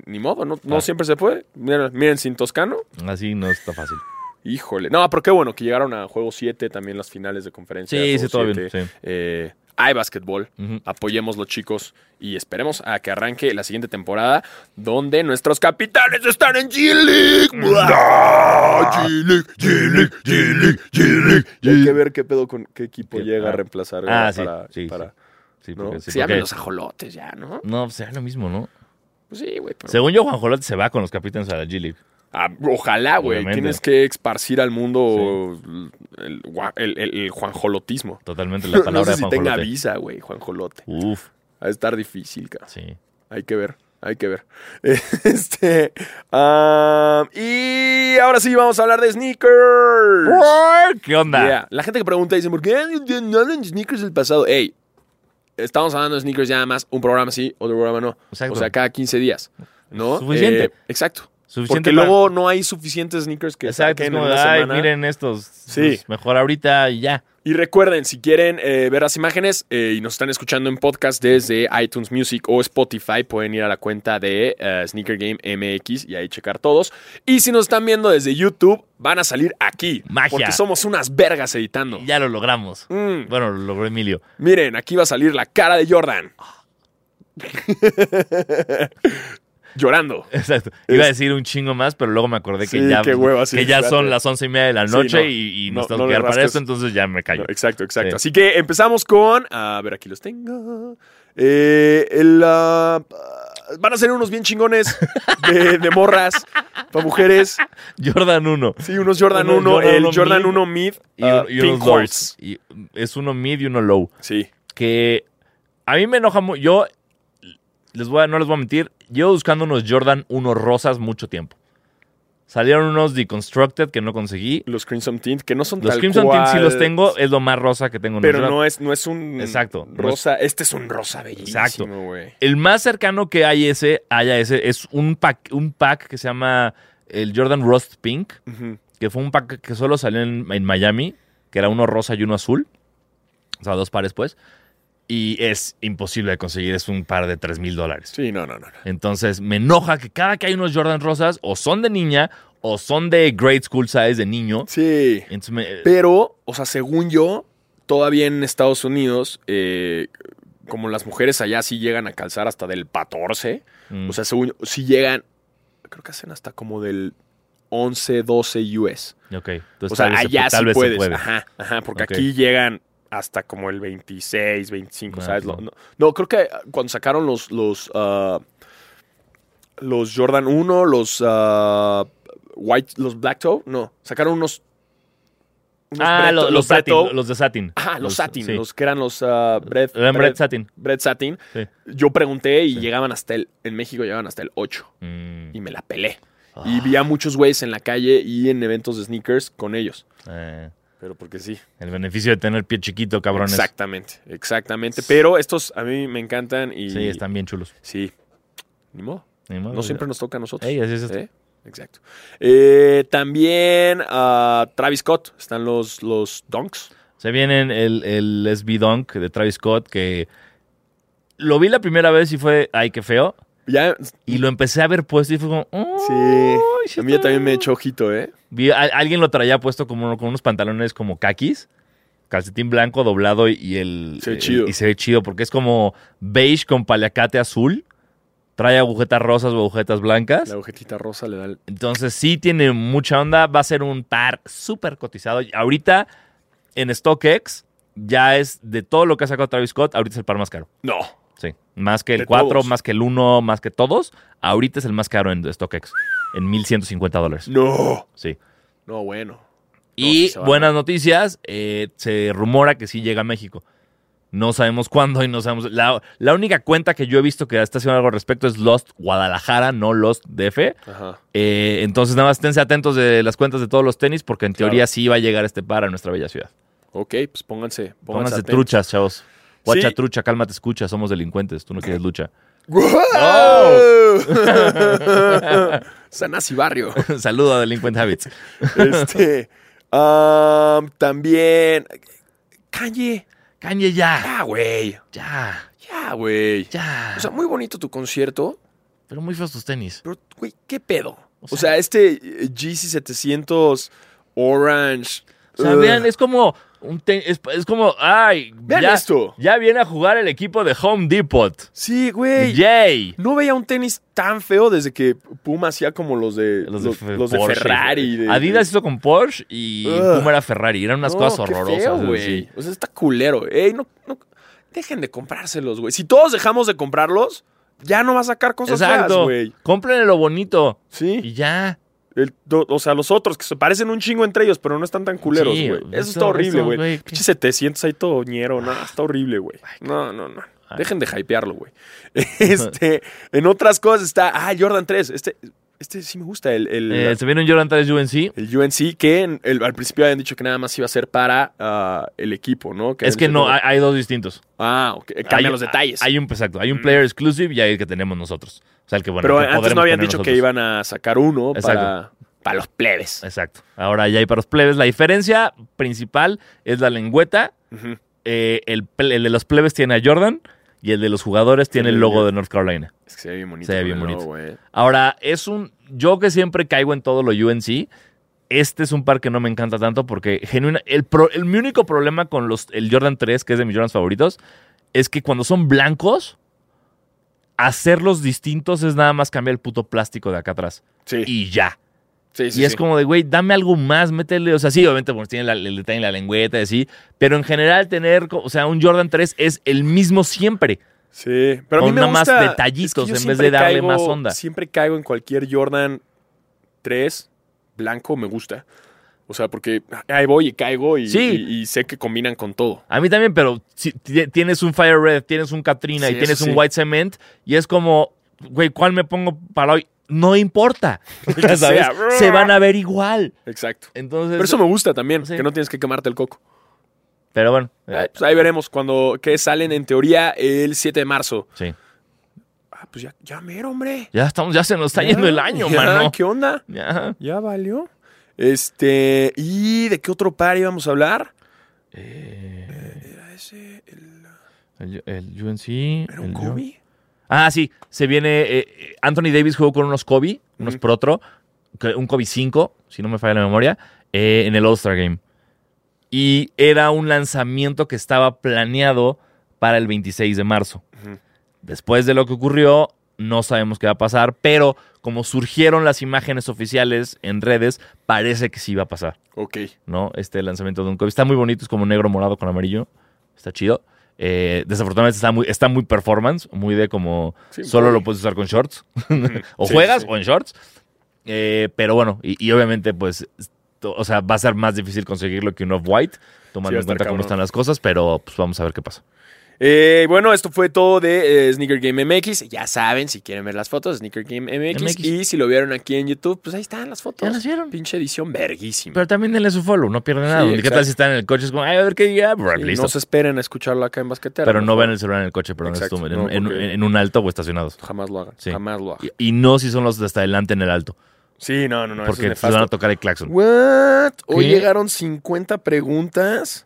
ni modo, no, no
Ah.
siempre se puede. Miren, miren, sin Toscano,
Así no está fácil.
híjole. No, pero qué bueno que llegaron a Juego 7, también las finales de conferencia.
Sí,
Juego
sí, todo bien,
7.
sí.
Eh, hay básquetbol.
Ujú.
Apoyemos los chicos y esperemos a que arranque la siguiente temporada donde nuestros capitanes están en G-League.
Ah.
¡Buah! G-League, G-League, G-League, G-League. Y Hay que ver qué pedo con qué equipo
Qué-
llega a
ah.
reemplazar.
Ah,
¿verdad?
sí,
para,
sí,
para-
Sí,
¿no?
porque, sí,
se llaman
porque-
los ajolotes ya, ¿no?
No, pues será lo mismo, ¿no?
Pues sí, güey. pero-
Según yo, Juan Jolote se va con los capitanes a la G-League.
Ah, ojalá, güey.
Obviamente.
Tienes que esparcir al mundo el, gua- el- el- el juanjolotismo.
Totalmente la
no
palabra
sé
de
si
Juan
tenga
Jolote.
visa, güey, juanjolote.
Uf,
Va a estar difícil, cara.
sí.
Hay que ver, hay que ver. Este. am, y ahora sí, vamos a hablar de sneakers.
¿Qué onda?
Yeah. La gente que pregunta dice: ¿Por qué no hablan de sneakers del pasado? Ey, estamos hablando de sneakers ya más. Un programa sí, otro programa no.
Exacto.
O sea, cada 15 días. ¿No?
Suficiente.
Eh, exacto.
Suficiente
Porque
para-
luego no hay suficientes sneakers que
Exacto, es
saquen
como,
en
de,
una
ay,
semana".
miren estos.
Sí.
pues, mejor ahorita y ya.
Y recuerden, si quieren eh, ver las imágenes eh, y nos están escuchando en podcast desde iTunes Music o Spotify, pueden ir a la cuenta de eh, Sneaker Game MX y ahí checar todos. Y si nos están viendo desde YouTube, van a salir aquí.
Magia.
Porque somos unas vergas editando.
Ya lo logramos.
Mm.
Bueno, lo logró Emilio.
Miren, aquí va a salir la cara de Jordan. Llorando.
Exacto. Iba a decir un chingo más, pero luego me acordé que
Sí,
ya, pues,
qué hueva, sí,
que ya
espérate.
son las once y media de la
Sí,
noche
no.
y, y
No,
nos
no
tengo
le
que quedar para
rasques.
eso, entonces ya me callo.
No, exacto, exacto.
Sí.
Así que empezamos con. A ver, aquí los tengo. Eh, el, ah, ah, van a ser unos bien chingones de, de morras para mujeres.
Jordan 1.
Sí, unos Jordan
Unos
1,
Jordan
el
1
Jordan
mid
1 mid
Y,
ah,
un- y unos
Pink
lows.
Horse.
Y es uno mid y uno low.
Sí,
Que a mí me enoja mucho. Yo les voy a- no les voy a mentir. Llevo buscando unos Jordan 1 rosas mucho tiempo. Salieron unos Deconstructed que no conseguí.
los Crimson Tint, que no son
Los
tal
Crimson Tint sí
cual,
los tengo. Es lo más rosa que tengo. en
Pero
los Jordan.
no es, no es un
Exacto, no es-
rosa. Este es un rosa bellísimo,
Exacto.
güey.
El más cercano que hay ese, haya ese, es un pack, un pack que se llama el Jordan Rust Pink,
Ujú.
que fue un pack que solo salió en, en Miami, que era uno rosa y uno azul. O sea, dos pares, pues. Y es imposible de conseguir, es un par de 3 mil dólares.
Sí, no, no, no. no.
Entonces, me enoja que cada que hay unos Jordan rosas, o son de niña, o son de grade school size de niño.
Sí.
Entonces, me-
Pero, o sea, según yo, todavía en Estados Unidos, eh, como las mujeres allá sí llegan a calzar hasta del 14,
Mm.
o sea, según yo, sí llegan, creo que hacen hasta como del 11, 12 US.
Ok. Entonces,
o sea,
pues, tal vez se
allá
pu- tal
sí
vez se
puedes.
puede.
Ajá, ajá, porque
Ok.
aquí llegan hasta como el 26, 25,
Ah,
¿sabes?
sí.
Lo- no, no, creo que ah, cuando sacaron los, los, ah, los Jordan 1, los ah, White, los Black Toe, no, sacaron unos... unos
Ah,
Bread-
los, los,
Bread
satin,
Toe.
los de satin.
Ajá, los, satin,
sí.
los que eran los ah, bread,
Eran
bread-
bread satin.
bread satin.
Sí.
Yo pregunté y llegaban hasta el, en México llegaban hasta el 8
Mm,
y me la pelé.
Ah.
Y vi a muchos güeyes en la calle y en eventos de sneakers con ellos.
eh,
Pero porque sí.
el beneficio de tener pie chiquito, cabrones.
Exactamente, exactamente. Pero estos a mí me encantan y...
Sí, están bien chulos.
Sí. Ni modo.
Ni modo,
No
o sea,
siempre nos toca a nosotros.
Ey, así es esto.
¿Eh? Exacto. Eh, también a Travis Scott. Están los, los Dunks.
Se vienen el, el SB Dunk de Travis Scott, que lo vi la primera vez y fue, ay, qué feo.
Ya,
Y lo empecé a ver puesto y fue como,
sí.
"Ay,
A mí ya
está
también me
bien".
echó ojito, ¿eh?
Vi, a- alguien lo traía puesto como con unos pantalones como caquis, calcetín blanco doblado y, y el.
Se ve
el-
chido.
Y se ve chido porque es como beige con paliacate azul. Trae agujetas rosas o agujetas blancas.
La agujetita rosa le da el...
Entonces sí tiene mucha onda. Va a ser un par súper cotizado. Y Ahorita en StockX ya es de todo lo que ha sacado Travis Scott, ahorita es el par más caro.
No.
Sí. Más que el
De
4,
todos.
más que el 1, más que todos. Ahorita es el más caro en StockX. En 1150 dólares.
No.
Sí.
No, bueno. sí
Y
se va a
buenas noticias, eh, se rumora que sí llega a México. No sabemos cuándo y no sabemos. La, la única cuenta que yo he visto que está haciendo algo al respecto es Lost Guadalajara, no Lost DF.
Ajá.
Eh, entonces, nada más esténse atentos de las cuentas de todos los tenis, porque en
Claro.
teoría sí va a llegar este par a nuestra bella ciudad.
Ok, pues pónganse.
Pónganse
atentos.
truchas, chavos. Guacha
Sí.
trucha, cálmate, escucha, somos delincuentes, tú no quieres lucha.
¡Wow! Sanasi Barrio.
Saluda, delincuente Habits.
Este. am, Um, también. Calle.
Kanye, ya,
Ya, güey.
ya,
Ya, güey.
ya.
O sea, muy bonito tu concierto,
Pero muy feos tus tenis.
pero, güey, ¿qué pedo?
O
O
sea-
sea, este eh, GC 700 Orange.
O sea,
ugh.
vean, es como un te- es, es como, ay,
Vean
ya,
esto.
ya viene a jugar el equipo de Home Depot.
Sí, güey.
Yay.
No veía un tenis tan feo desde que Puma hacía como los de los, los de
Porsche.
Ferrari. de-
Adidas hizo con Porsche y
Ugh.
Puma era Ferrari. Eran unas
No,
cosas
qué
horrorosas.
feo,
es
güey.
decir,
O sea, está culero. Ey, no, no- dejen de comprárselos, güey. Si todos dejamos de comprarlos, ya no va a sacar cosas feas,
Exacto.
güey.
Cómprenle lo bonito.
Sí.
Y ya.
El- do- o sea, los otros que se parecen un chingo entre ellos, pero no están tan culeros,
Sí,
güey. Eso
esto-
está horrible,
esto,
güey.
güey, eh,
Pinche 700 ahí todo ñero, no, está horrible, güey. No, no, no.
Ah. Ay. ah.
Dejen de hypearlo, güey. Este, en otras cosas está, ah, Jordan 3. Este, este sí me gusta, el, el,
Eh, se viene un Jordan 3 UNC.
el UNC, que en- el- al principio habían dicho que nada más iba a ser para ah, el equipo, ¿no?
Es
habían
que
dicho
no, hay, hay dos distintos.
Ah, ok. Cambian
Hay-
los detalles. Mm.
Hay un, exacto. Hay un player exclusive y hay el que tenemos nosotros. O sea, el que bueno.
Pero
el que
antes no
podremos
habían
tener
dicho que
nosotros.
iban a sacar uno
Exacto.
para, para los plebes.
Exacto. Ahora ya hay para los plebes. La diferencia principal es la lengüeta.
Ujú.
Eh, el, ple- el de los plebes tiene a Jordan y el de los jugadores tiene el logo de North Carolina.
Es que se ve bien bonito.
Se ve
con
bien
el
bonito.
logo, eh.
Ahora, es un. Yo que siempre caigo en todo lo UNC. Este es un par que no me encanta tanto porque genuina. El, pro- el- mi único problema con los, el Jordan 3, que es de mis Jordans favoritos, es que cuando son blancos, hacerlos distintos es nada más cambiar el puto plástico de acá atrás.
Sí,
Y ya.
sí, sí.
y es
sí.
como de, güey, dame algo más, métele. O sea, sí, obviamente, porque tiene la- el detalle en la lengüeta y así. Pero en general, tener, co- o sea, un Jordan 3 es el mismo siempre.
Sí, pero a mí
con
me
nada más
gusta-
detallitos
yo
en vez
siempre
de darle más onda.
Siempre caigo en cualquier Jordan 3 blanco, me gusta. O sea, porque ahí voy y caigo y,
Sí.
y- y sé que combinan con todo.
A mí también, pero si ti- tienes un Fire Red, tienes un Katrina
Sí,
y tienes
eso
un
sí.
White Cement. Y es como, güey, ¿cuál me pongo para hoy? No importa.
que
¿Sabes?
sea.
Se van a ver igual.
Exacto.
Entonces.
Pero eso me gusta también,
Pues Sí.
que no tienes que quemarte el coco.
pero bueno.
Eh, pues ahí veremos cuando que salen en teoría el 7 de marzo.
Sí.
Ah, pues ya, ya mero, hombre.
Ya estamos, ya se nos está
Ya,
yendo el año,
ya,
mano.
¿Qué onda?
Ya.
Ya valió. Este, ¿y de qué otro par íbamos a hablar? Era ese, el,
Eh, El, el UNC.
era un
el Yo-
Kobe.
Ah, sí. Se viene. eh, eh, Anthony Davis jugó con unos Kobe, unos
Ujú.
Protro, que- un Kobe 5, si no me falla la memoria, eh, en el All-Star Game. y era un lanzamiento que estaba planeado para el 26 de marzo.
Ujú.
Después de lo que ocurrió, no sabemos qué va a pasar, pero como surgieron las imágenes oficiales en redes, parece que sí va a pasar,
Ok.
¿no? Este lanzamiento de un COVID. Está muy bonito, es como negro morado con amarillo. Está chido. Eh, desafortunadamente está muy, está muy performance, muy de como
Sí,
solo
muy.
lo puedes usar con shorts. o
Sí,
juegas
sí.
o en shorts. Eh, pero bueno, y, y obviamente, pues, to- o sea, va a ser más difícil conseguirlo que un off-white, tomando
Sí, va a
en
estar
cuenta cómo
cabrón.
están las cosas, pero pues vamos a ver qué pasa.
Eh, bueno, esto fue todo de eh, Sneaker Game MX. Ya saben, si quieren ver las fotos, Sneaker Game MX.
MX.
Y si lo vieron aquí en YouTube, pues ahí están las fotos.
Ya las vieron.
Pinche edición verguísima.
Pero también denle su follow, no pierden nada.
Sí,
¿Qué
exacto.
tal si están en el coche? Es como, ay, a ver qué día. brr,
Sí,
listo.
no se esperen a escucharlo acá en basquetera.
pero no
mejor.
vean el celular en el coche, perdón,
Exacto,
estuvo en,
no,
en-
porque-
en un alto o estacionados.
Jamás lo hagan.
Sí.
Jamás lo hagan.
Y, y no si son los de hasta adelante en el alto,
Sí, no, no, no.
porque
eso es
les
nefasto.
van a tocar el claxon.
What? Hoy
¿Qué?
llegaron 50 preguntas.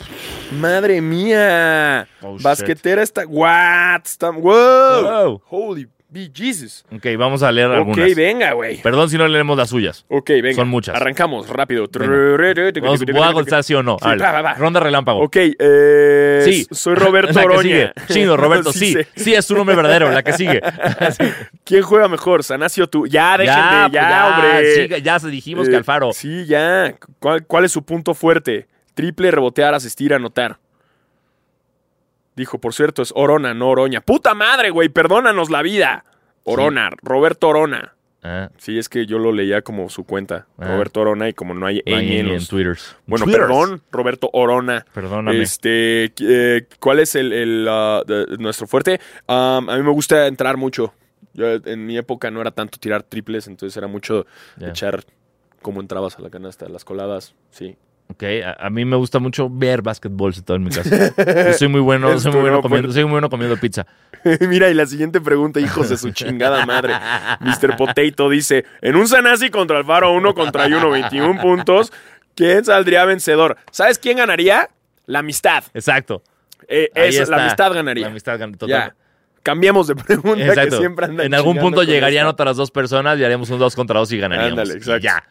Madre mía.
Oh, shit.
Basquetera está. What? Está- wow.
Wow.
Holy be Jesus.
Ok, vamos a leer algunas.
Ok, venga, güey.
Perdón si no leemos las suyas.
Ok, venga.
Son muchas.
Arrancamos rápido.
Vamos, voy a contestar sí o no.
Sí,
Árale.
va, va, va.
Ronda relámpago.
Ok, eh,
Sí.
soy Roberto
La que
Oroña.
sigue. Chingo, Roberto,
Sí Ah,
sí.
sé.
Sí, es tu nombre verdadero, la que sigue. Sí.
¿Quién juega mejor, Sanasio tú? Ya, dejen
ya,
de, ya, hombre.
sí, ya se dijimos que
Eh,
Alfaro.
Sí, ya. ¿Cuál, cuál es su punto fuerte? Triple, rebotear, asistir, anotar. Dijo, por cierto, es Orona, no Oroña. ¡Puta madre, güey! Perdónanos la vida. Orona, Roberto Orona.
Ah,
Sí, es que yo lo leía como su cuenta.
Ah.
Roberto Orona y como no hay
en,
ñ en
en
los-
Twitter.
Bueno,
Twitters.
perdón, Roberto Orona.
Perdóname.
Este, eh, ¿cuál es el, el, ah, de- nuestro fuerte? Um, a mí me gusta entrar mucho. Yo, eh, en mi época no era tanto tirar triples, entonces era mucho
Ya.
echar cómo entrabas a la canasta, las coladas, sí.
Ok, a, a mí me gusta mucho ver básquetbol todo en mi casa. Yo soy muy bueno,
Es
soy
tu
muy bueno
nuevo
comiendo, soy muy bueno comiendo pizza.
Mira, y la siguiente pregunta, hijos de su chingada madre. Mr. Potato dice, en un Sanasi contra Alfaro, uno contra uno, 21 puntos, ¿quién saldría vencedor? ¿Sabes quién ganaría? La amistad.
Exacto.
Eh,
Ahí
esa-
está.
la amistad ganaría.
La amistad gana-
Ya.
total.
Cambiamos de pregunta que
Exacto.
siempre andan
en algún
chingando
punto
con
llegarían
esta.
otras dos personas y haríamos un dos contra dos y ganaríamos.
Ándale, exacto.
Ya.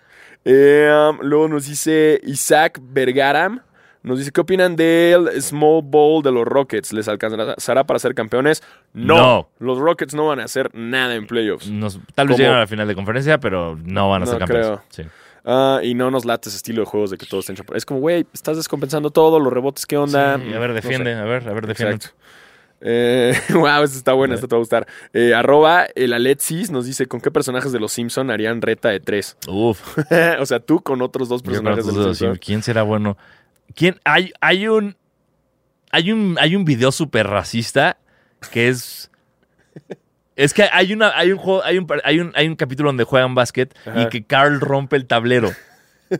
Eh, um, luego nos dice Isaac Vergaram. Nos dice, ¿qué opinan del Small Bowl de los Rockets? ¿Les alcanzará para ser campeones? No.
No. Mm.
Los Rockets no van a hacer nada en playoffs.
Nos- tal vez
¿Cómo?
lleguen a la final de conferencia, pero no van a
No
ser campeones.
creo.
Sí.
Ah, y no nos late ese estilo de juegos de que todos estén chapo- Es como, güey, estás descompensando todo, los rebotes, ¿qué onda?
Sí, a ver, defiende, a ver, a ver, defiende.
Exacto. Eh, wow, esta está buena, esta te va a gustar. Eh, arroba el Alexis nos dice con qué personajes de los Simpson harían reta de tres.
Uf, yo
o sea, tú con otros dos
creo que
personajes de
eso
los
sí,
Simpson.
¿quién será bueno? ¿Quién? Hay, hay un. Hay un. Hay un video súper racista que es. Es que hay una, hay un juego, hay un par- hay un, hay un capítulo donde juegan básquet y
Ajá.
que Carl rompe el tablero.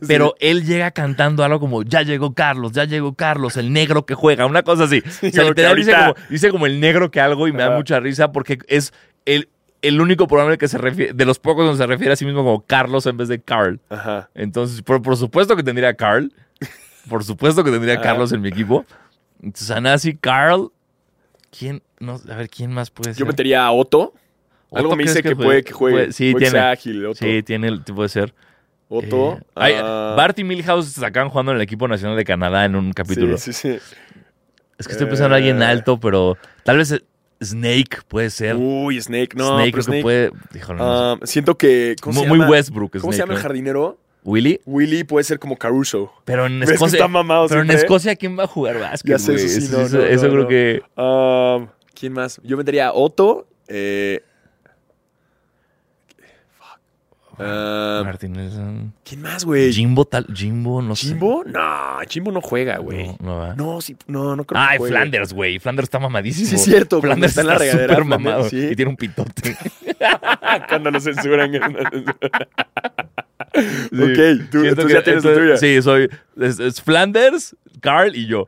Pero él llega cantando algo como ya llegó Carlos, ya llegó Carlos, el negro que juega, una cosa así. o
como
sea,
que
literal dice,
ahorita-
como, dice como el negro que algo y me da
Ajá.
mucha risa porque es el, el único programa en el que se refiere, de los pocos donde se refiere a sí mismo como Carlos en vez de Carl.
Ajá.
Entonces, por, por supuesto que tendría a Carl. Por supuesto que tendría a
Ajá.
Carlos en mi equipo. Sanasi, Carl. ¿Quién? No, a ver, ¿quién más puede ser?
Yo metería a Otto.
¿Otto
Algo me
crees
dice que, puede que juegue.
Puede- sí,
Puede que
tiene.
sea ágil, Otto.
Sí, tiene, el- puede ser.
Otto.
Eh, ay,
ah,
Bart y Milhouse se sacaban jugando en el equipo nacional de Canadá en un capítulo.
Sí, sí, sí.
Es que estoy pensando en alguien
Eh.
alto, pero tal vez eh, Snake puede ser.
Uy, Snake. Uh, No,
Snake
pero
creo que
Snake.
puede. Híjole, no sé.
ah, siento que. ¿cómo
Muy,
se
muy
llama?
Westbrook.
¿Cómo se
Snake,
llama el
¿no?
jardinero?
Willy.
Willy puede ser como Caruso.
Pero en
¿Ves que
Escocia.
está mamado
Pero en
siempre?
Escocia, ¿quién va a jugar básquet?
Ya sé,
güey?
eso sí,
Eso-
no,
eso-
no,
eso
no,
creo
no.
que.
Ah, ¿Quién más? Yo metería a Otto. Eh, fuck. Ah,
Martin Nelson.
¿Quién más, güey?
¿eh? Jimbo, tal. Jimbo, no sé.
¿Chimbo? No, Chimbo no juega, güey.
No, no va.
No, sí, no, no creo que
Ay,
juegue.
Flanders, güey. Flanders está mamadísimo.
Sí, es cierto, cuando
Flanders
está
está,
en la regadera,
súper
Flanders,
mamado.
sí.
Y tiene un pitote.
Cuando lo censuran.
Sí.
Ok, tú,
Siento
tú
que-
ya tienes la
entonces-
tuya.
Sí, soy. Es, es Flanders, Carl y yo.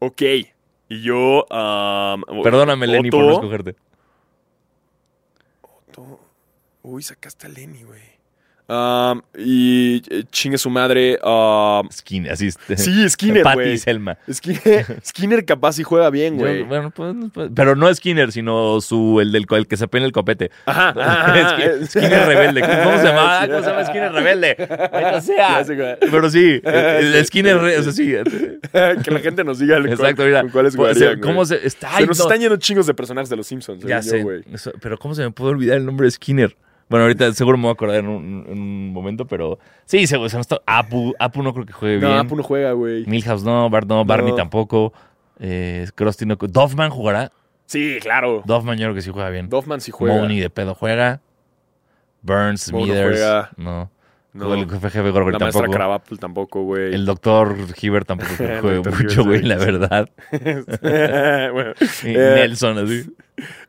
Ok. Y yo. am,
Perdóname, Lenny, por no
Otto.
escogerte.
Otto. Uy, sacaste a Lenny, güey. um, y eh, chingue su madre. um,
Skinner, así.
sí, Skinner,
Patty
güey.
y Selma.
Skinner, Skinner capaz y juega bien,
Yo-
güey.
bueno, pues, pues, pero no Skinner, sino su, el del co- el que se pone el copete.
Ajá, ajá,
Skin-
ajá.
Skinner Rebelde. ¿Cómo se llama?
Ah, eh, Sí.
¿Cómo se llama Skinner Rebelde? Maldita sea.
Ya sé cuál.
Pero sí, el el Skinner, re- o sea, sí.
que la gente nos diga el cual-
Exacto, mira.
con cuáles
Pues,
jugarían, güey.
¿Cómo se está?
Se nos están yendo chingos de personajes de los Simpsons. según yo,
Ya sé.
güey.
Eso- pero ¿cómo se me puede olvidar el nombre de Skinner? Bueno, ahorita seguro me voy a acordar en un, en un momento, pero sí, se, se nos está- Apu, Apu no creo que juegue
No,
bien.
Apu no juega, güey.
Milhouse no, Bart no, Barney tampoco. Eh, Krusty no. Doffman jugará.
Sí, claro.
Doffman yo creo que sí juega bien.
Doffman sí juega.
Mooney de pedo juega. Burns,
Moe no
Smithers.
juega.
No.
No.
El jefe Gorgory
La maestra
tampoco.
Crabapple tampoco, güey.
El doctor Hibbert tampoco creo que
El
juega
Dr.
mucho,
Hibbert,
güey,
sí.
la verdad.
Bueno,
Y
eh,
Nelson, así.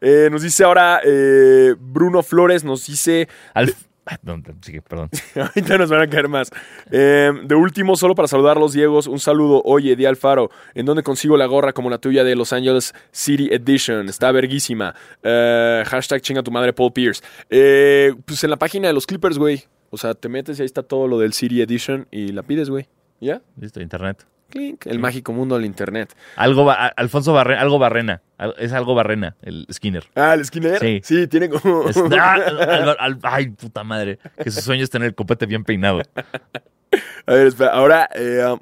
eh, nos dice ahora eh, Bruno Flores, nos dice
Alf- Ah, no, sigue, perdón.
Ahorita nos van a caer más. Eh, de último, solo para saludarlos, Diegos, un saludo. Oye, Di Alfaro, ¿en dónde consigo la gorra como la tuya de Los Angeles City Edition? Está verguísima. Eh, hashtag chinga tu madre Paul Pierce. Eh, pues en la página de los Clippers, güey. O sea, te metes y ahí está todo lo del City Edition y la pides, güey. ¿Ya?
Listo, internet.
Clink. El mágico mundo del internet.
Algo, Ba- Al- Alfonso Barrena, algo Barrena. Al- Es algo Barrena, el Skinner.
Ah, el Skinner.
Sí.
Sí, tiene como.
Es- ah, al- al- ay, puta madre. Que su sueño es tener el copete bien peinado.
A ver, espera. Ahora. eh, um,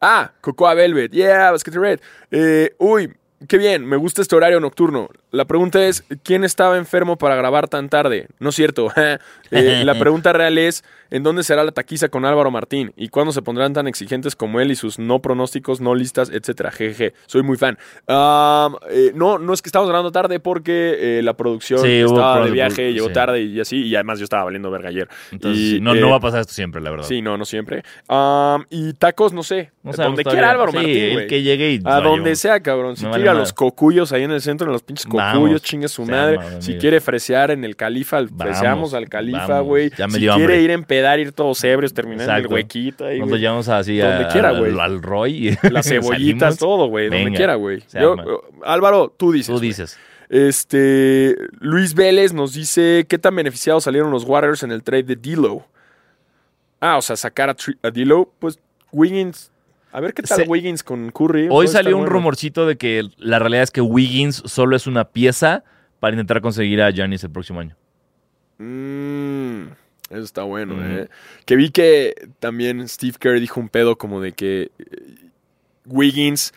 ah, Cocoa Velvet. Yeah, Basket Red. Eh, uy, qué bien. Me gusta este horario nocturno. La pregunta es: ¿quién estaba enfermo para grabar tan tarde? No es cierto. Eh, la pregunta real es: ¿en dónde será la taquiza con Álvaro Martín? ¿Y cuándo se pondrán tan exigentes como él y sus no pronósticos, no listas, etcétera? Jejeje. Soy muy fan. Um, eh, no, no es que estamos grabando tarde porque eh, la producción
Sí, hubo
estaba de
problemas de
viaje,
produ-
llegó
sí.
tarde y así. Y además yo estaba valiendo verga ayer.
Entonces,
Y,
no, no
eh,
va a pasar esto siempre, la verdad.
Sí, no, no siempre. Am, y tacos, no sé.
No sabemos
donde
todavía.
quiera Álvaro
Sí,
Martín,
el
güey.
que llegue y
A
lo
donde
llevo.
sea, cabrón. Si
Me
quiere
vale
a los
madre.
cocuyos ahí en el centro, en los pinches
Vamos.
cocuyos, chingue su
Se
madre.
arma,
si
amigo.
quiere fresear en el califa, el-
Vamos,
freseamos al califa,
vamos.
güey. Si
Ya me
quiere
dio hambre.
ir a empedar, ir todos ebrios, terminar en el
Exacto.
huequito ahí,
Nos lo
güey.
llevamos así
Donde
a-
quiera,
al-
güey.
Al Roy. y
Las cebollitas,
salimos.
todo, güey. Donde
Venga,
quiera, güey.
se
Yo,
arma.
eh, Álvaro, tú dices.
Tú
güey.
dices.
Este, Luis Vélez nos dice, ¿qué tan beneficiados salieron los Warriors en el trade de D'Lo? Ah, o sea, sacar a, Tri- a D'Lo, pues Wiggins. A ver qué tal
Se-
Wiggins con Curry. Puede
Hoy
estar
salió un
bueno.
rumorcito de que la realidad es que Wiggins solo es una pieza para intentar conseguir a Giannis el próximo año.
Mm, eso está bueno,
Ujú.
¿eh? Que vi que también Steve Kerr dijo un pedo como de que eh, Wiggins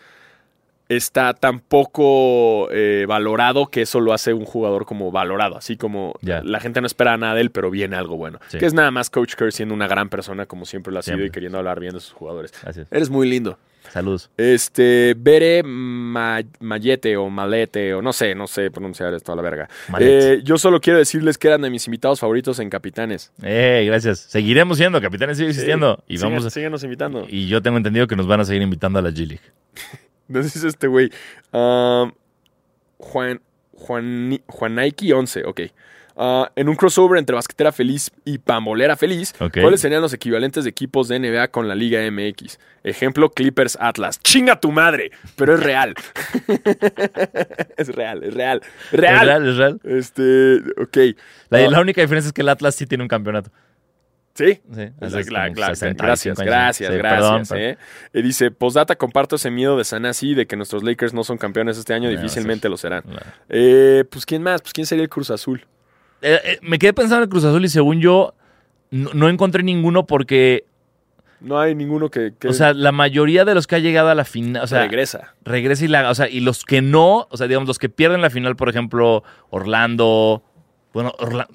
está tan poco eh, valorado que eso lo hace un jugador como valorado. Así como
Ya.
la gente no espera nada de él, pero viene algo bueno.
Sí.
Que es nada más Coach Kerr siendo una gran persona como siempre lo ha sido
Siempre.
y queriendo hablar bien de sus jugadores.
Así es.
Eres muy lindo.
Saludos.
Este, Bere Ma- Mayete o Malete, o no sé, no sé pronunciar esto a la verga.
Malete.
Eh, yo solo quiero decirles que eran de mis invitados favoritos en Capitanes.
Eh, gracias. Seguiremos siendo, Capitanes sigue existiendo. Y vamos a-
Síganos invitando.
Y yo tengo entendido que nos van a seguir invitando a la G-League.
Entonces, este güey. um, Juan, Juan, Juanaiki 11, ok. Ah, en un crossover entre Basquetera Feliz y Pambolera Feliz,
Ok.
¿cuáles serían los equivalentes de equipos de NBA con la Liga MX? Ejemplo, Clippers Atlas. ¡Chinga tu madre! Pero es real. es real, es real.
¿Es
¡Real!
real? ¿Es real?
Este, ok.
La,
Ah,
la única diferencia es que el Atlas sí tiene un campeonato.
¿Sí?
Sí,
Es
hace
la-
como
la-
65
gracias,
años.
gracias,
Sí, perdón,
gracias.
perdón.
eh. Y dice, postdata, comparto ese miedo de Sanasi de que nuestros Lakers no son campeones este año,
No,
difícilmente lo serán.
No.
Eh, pues, ¿quién más? Pues, ¿quién sería el Cruz Azul?
Eh, eh, me quedé pensando en el Cruz Azul y según yo no, no encontré ninguno porque,
No hay ninguno que, que
o sea, la mayoría de los que ha llegado a la final, o sea,
regresa.
regresa y la, o sea, y los que no, o sea, digamos los que pierden la final, por ejemplo, Orlando, bueno, Orla-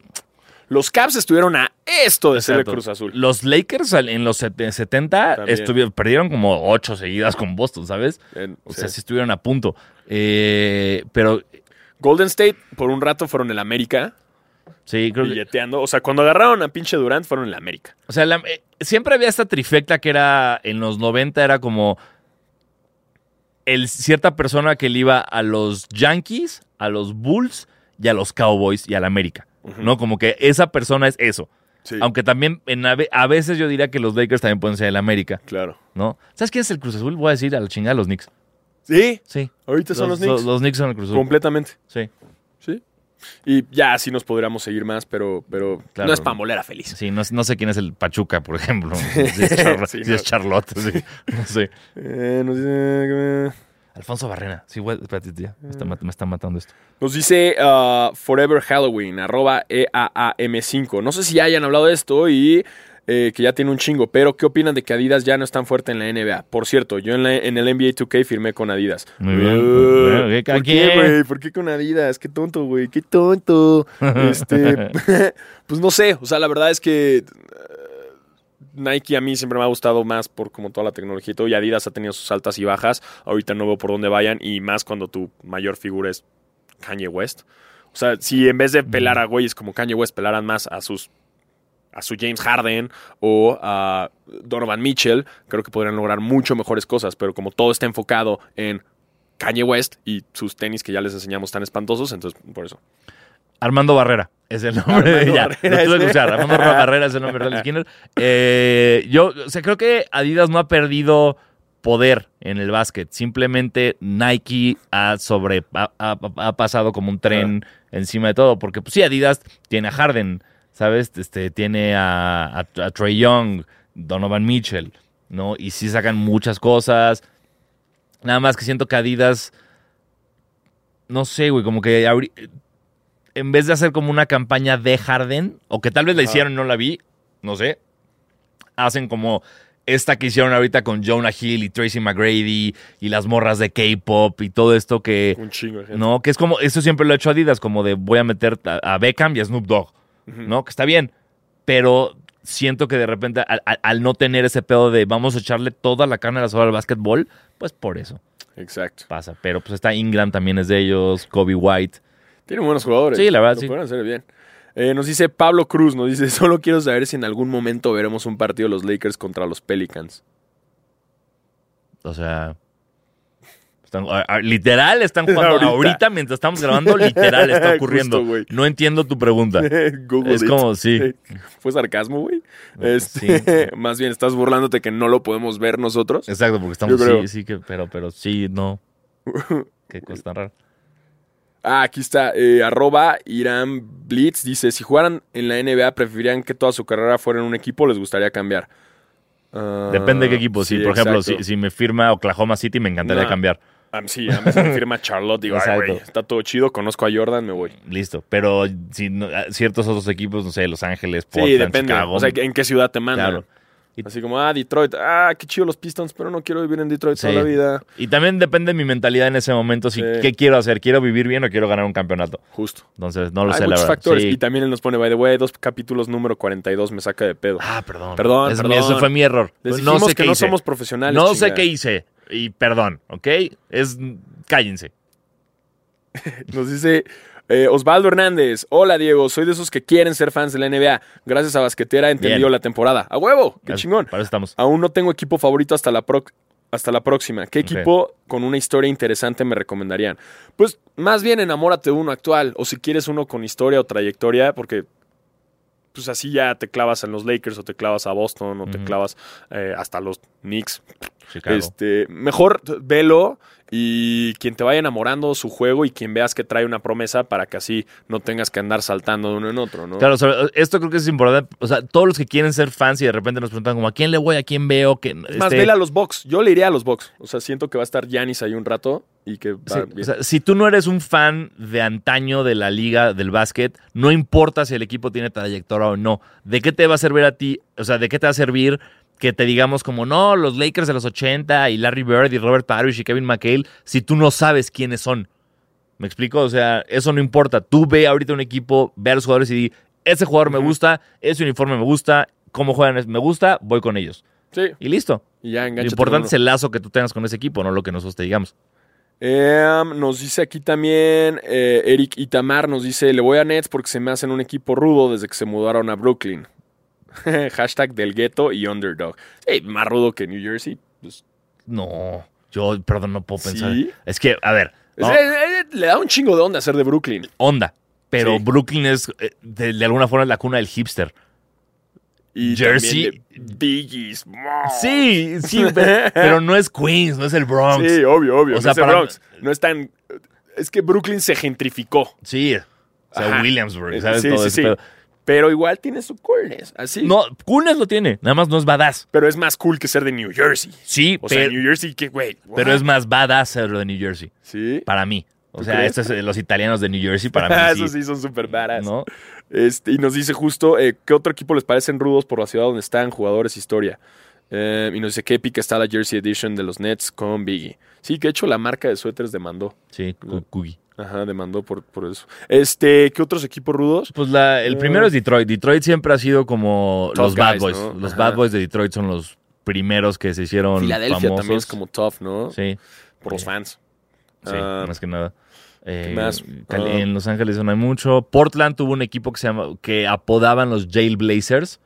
Los Caps estuvieron a esto de ser el
Exacto.
Cruz Azul.
los Lakers al- en los set- 70
También.
estuvieron- perdieron como ocho seguidas con Boston, ¿sabes?
En-
O
sí.
sea, sí estuvieron a punto. Eh, pero
Golden State, por un rato, fueron el América,
sí, creo que
billeteando. O sea, cuando agarraron a pinche Durant, fueron el América.
O sea, la- eh, siempre había esta trifecta que era en los 90 era como el, cierta persona que le iba a los Yankees, a los Bulls y a los Cowboys y al América. ¿No? Como que esa persona es eso.
Sí,
Aunque también en, a ve- a veces yo diría que los Lakers también pueden ser el América,
claro.
¿no? ¿Sabes quién es el Cruz Azul? Voy a decir a la chingada los Knicks.
Sí,
Sí.
ahorita son los Knicks.
Los Knicks son el Cruz Azul.
completamente.
Sí.
Sí. Y ya así nos podríamos seguir más, pero, pero
Claro.
no es pambolera feliz.
Sí, no, no sé quién es el Pachuca, por ejemplo. Si es, Charla-
Sí,
si
no.
es Charlotte, sí. No sé.
Eh, nos, dice,
Alfonso Barrena. Sí, güey, espérate, tía. Me
Mm.
está, mat- me está matando esto.
nos dice, ah, Forever Halloween, arroba E EAAM5. No sé si ya hayan hablado de esto y eh, que ya tiene un chingo, pero ¿qué opinan de que Adidas ya no es tan fuerte en la NBA? Por cierto, yo en, la- en el NBA 2K firmé con Adidas.
Muy bien.
Ah,
Bueno, ¿qué-
¿Por
qué?
qué, güey? ¿Por qué con Adidas? Qué tonto, güey. Qué tonto. Este, pues no sé. O sea, la verdad es que eh, Nike a mí siempre me ha gustado más por como toda la tecnología y todo. Y Adidas ha tenido sus altas y bajas. Ahorita no veo por dónde vayan. Y más cuando tu mayor figura es Kanye West. O sea, si en vez de pelar a güeyes como Kanye West, pelaran más a sus a su James Harden o a Donovan Mitchell, creo que podrían lograr mucho mejores cosas, pero como todo está enfocado en Kanye West y sus tenis que ya les enseñamos tan espantosos, entonces por eso.
Armando Barrera es el nombre
Armando
de ella.
Barrera
Lo tuve
es-
que usar. Armando Ra- Barrera es el nombre real de Skinner. Eh, yo, o sea, creo que Adidas no ha perdido poder en el básquet. Simplemente Nike ha sobre ha, ha- ha pasado como un tren encima de todo. Porque, pues sí, Adidas tiene a Harden, ¿sabes? Este, tiene a, a- a Trey Young, Donovan Mitchell, ¿no? Y sí sacan muchas cosas. Nada más que siento que Adidas. No sé, güey, como que ahori- en vez de hacer como una campaña de Harden, o que tal vez la
Ajá.
hicieron y no la vi, no sé, hacen como esta que hicieron ahorita con Jonah Hill y Tracy McGrady y las morras de K-pop y todo esto que,
Un chingo de gente.
¿no? Que es como, eso siempre lo ha hecho Adidas, como de voy a meter a, a Beckham y a Snoop Dogg, ¿no? Que está bien, pero siento que de repente al, al- al no tener ese pedo de vamos a echarle toda la carne a la sola al básquetbol, pues por eso
Exacto.
pasa. Pero pues está Ingram también es de ellos, Kobe White.
Tienen buenos jugadores.
Sí, la verdad,
Lo
sí.
pueden hacer bien. Eh, nos dice Pablo Cruz, nos dice, solo quiero saber si en algún momento veremos un partido de los Lakers contra los Pelicans.
O sea. están- a- a- literal están jugando ahorita.
Ahorita.
mientras estamos grabando, literal está ocurriendo.
Justo, güey.
no entiendo tu pregunta.
Google
Es
it.
como, sí.
Fue sarcasmo, güey.
Sí.
Este, Más bien, estás burlándote que no lo podemos ver nosotros.
Exacto, porque estamos.
Yo creo.
Sí, sí, que, pero, pero sí, no. Qué cosa tan rara.
Ah, aquí está. eh, arroba Irán Blitz dice: Si jugaran en la NBA, ¿preferirían que toda su carrera fuera en un equipo o les gustaría cambiar? Ah,
Depende de qué equipo. Si, por ejemplo,
exacto.
si, si me firma Oklahoma City, me encantaría
No.
cambiar.
Ah, sí, a mí se me firma Charlotte. Digo, ay,
Exacto.
güey, está todo chido, conozco a Jordan, me voy.
Listo. Pero si no- a- ciertos otros equipos, no sé, Los Ángeles,
Sí,
Portland,
depende.
Chicago.
O sea, en qué ciudad te mandan.
claro.
Así como, ah, Detroit. Ah, qué chido los Pistons, pero no quiero vivir en Detroit
Sí.
toda la vida.
Y también depende de mi mentalidad en ese momento. Si,
Sí.
¿Qué quiero hacer? ¿Quiero vivir bien o quiero ganar un campeonato?
Justo.
Entonces, no lo
Hay
sé, la
muchos
verdad.
factores.
Sí.
Y también él nos pone, by the way, dos capítulos número 42 me saca de pedo.
Ah, perdón.
Perdón,
Es mi-
perdón.
Eso fue mi error. Pues
Les
no
dijimos
sé
que
qué
no
hice.
somos profesionales.
no sé
chinga.
qué hice. Y perdón, ¿ok? Es. Cállense.
Nos dice eh, Osvaldo Hernández. Hola, Diego. Soy de esos que quieren ser fans de la NBA. Gracias a Basquetera entendió
Bien.
la temporada. ¡A huevo! ¡Qué
Gracias.
chingón!
Para eso estamos.
Aún no tengo equipo favorito hasta la, pro- hasta la próxima. ¿Qué
Ok.
equipo con una historia interesante me recomendarían? Pues más bien enamórate de uno actual. O si quieres uno con historia o trayectoria, porque... Pues así ya te clavas en los Lakers o te clavas a Boston o te
Ujú.
clavas eh, hasta los Knicks.
Chicago.
Este, mejor t- velo y quien te vaya enamorando su juego y quien veas que trae una promesa para que así no tengas que andar saltando de uno en otro, ¿no?
Claro, sobre- esto creo que es importante. O sea, todos los que quieren ser fans y de repente nos preguntan como a quién le voy, a quién veo, que este,
Es más, vela a los box. Yo le iré a los box. O sea, siento que va a estar Yanis ahí un rato y que va
Sí,
bien.
o sea, si tú no eres un fan de antaño de la liga del básquet, no importa si el equipo tiene trayectoria o no. ¿De qué te va a servir a ti? O sea, ¿de qué te va a servir que te digamos como, no, los Lakers de los 80 y Larry Bird y Robert Parrish y Kevin McHale, si tú no sabes quiénes son? ¿Me explico? O sea, eso no importa. Tú ve ahorita un equipo, ve a los jugadores y di, ese jugador me
Ujú.
gusta, ese uniforme me gusta, cómo juegan me gusta, voy con ellos.
Sí,
Y listo.
y ya
Lo
engancha.
importante es el lazo que tú tengas con ese equipo, no lo que nosotros te digamos.
Em, nos dice aquí también eh, Eric Itamar, nos dice, le voy a Nets porque se me hacen un equipo rudo desde que se mudaron a Brooklyn. Hashtag del gueto y underdog. Sí, más rudo que New Jersey. pues,
No, yo, perdón, no puedo pensar.
sí.
Es que, a ver,
Es-
¿no?
eh, eh, le da un chingo de onda hacer de Brooklyn.
onda. Pero
Sí.
Brooklyn es, eh, de, de alguna forma, es la cuna del hipster.
Y
Jersey.
también de Biggies.
Sí, sí, pero, pero no es Queens, no es el Bronx.
Sí,
Sí,
obvio, obvio.
O
O
sea,
sea,
para-
Bronx. No es tan. Es que Brooklyn se gentrificó.
O sea,
Ajá.
Williamsburg, ¿sabes?
Sí,
Todo
sí,
ese
sí.
pedo.
Pero igual tiene su coolness, así.
No, Kunes lo tiene, nada más no es badass.
Pero es más cool que ser de New Jersey.
Sí,
O sea,
pero,
New Jersey, que güey.
pero
wow.
es más badass lo de New Jersey,
Sí.
para mí. O
¿Tú
sea,
crees?
estos, eh, los italianos de New Jersey, para mí sí.
Esos sí son súper badass.
¿no?
Este, y nos dice justo eh, qué otro equipo les parecen rudos por la ciudad donde están, jugadores, historia. Eh, y nos dice qué épica está la Jersey Edition de los Nets con Biggie. Sí, que de hecho la marca de suéteres demandó.
Sí, cu- cugi.
Ajá, demandó por, por eso. Este, ¿qué otros equipos rudos?
Pues la- el primero es Detroit. Detroit siempre ha sido como
Eh, Tough
los Bad
guys,
Boys.
¿no?
Los
Ajá.
Bad Boys de Detroit son los primeros que se hicieron
Filadelfia
famosos.
también es como tough, ¿no?
Sí,
Por los fans.
sí,
Ah,
más que nada. Eh,
más?
Cali-
Ah.
en Los Ángeles no hay mucho. Portland tuvo un equipo que se llama, que apodaban los Jailblazers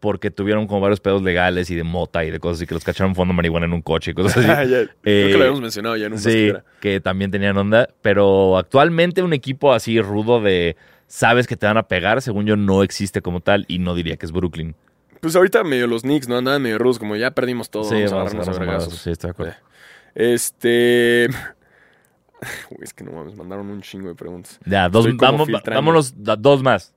porque tuvieron como varios pedos legales y de mota y de cosas así que los cacharon fondo marihuana en un coche y cosas así.
Ah, ya, Creo
Eh,
que lo habíamos mencionado ya en un
Sí,
Basquetera.
que también tenían onda, pero actualmente un equipo así rudo de sabes que te van a pegar, según yo no existe como tal y no diría que es Brooklyn.
Pues ahorita medio los Knicks, ¿no? Andaban medio rudos, como ya perdimos todo.
sí,
vamos a
vamos a
agarrarnos a
agarrarnos a
vergazos.
madrazos, sí, estoy de acuerdo.
Este. Uy, es que no mames, mandaron un chingo de preguntas.
Ya, dos,
Estoy como
vamos-
filtrando.
vámonos a dos más.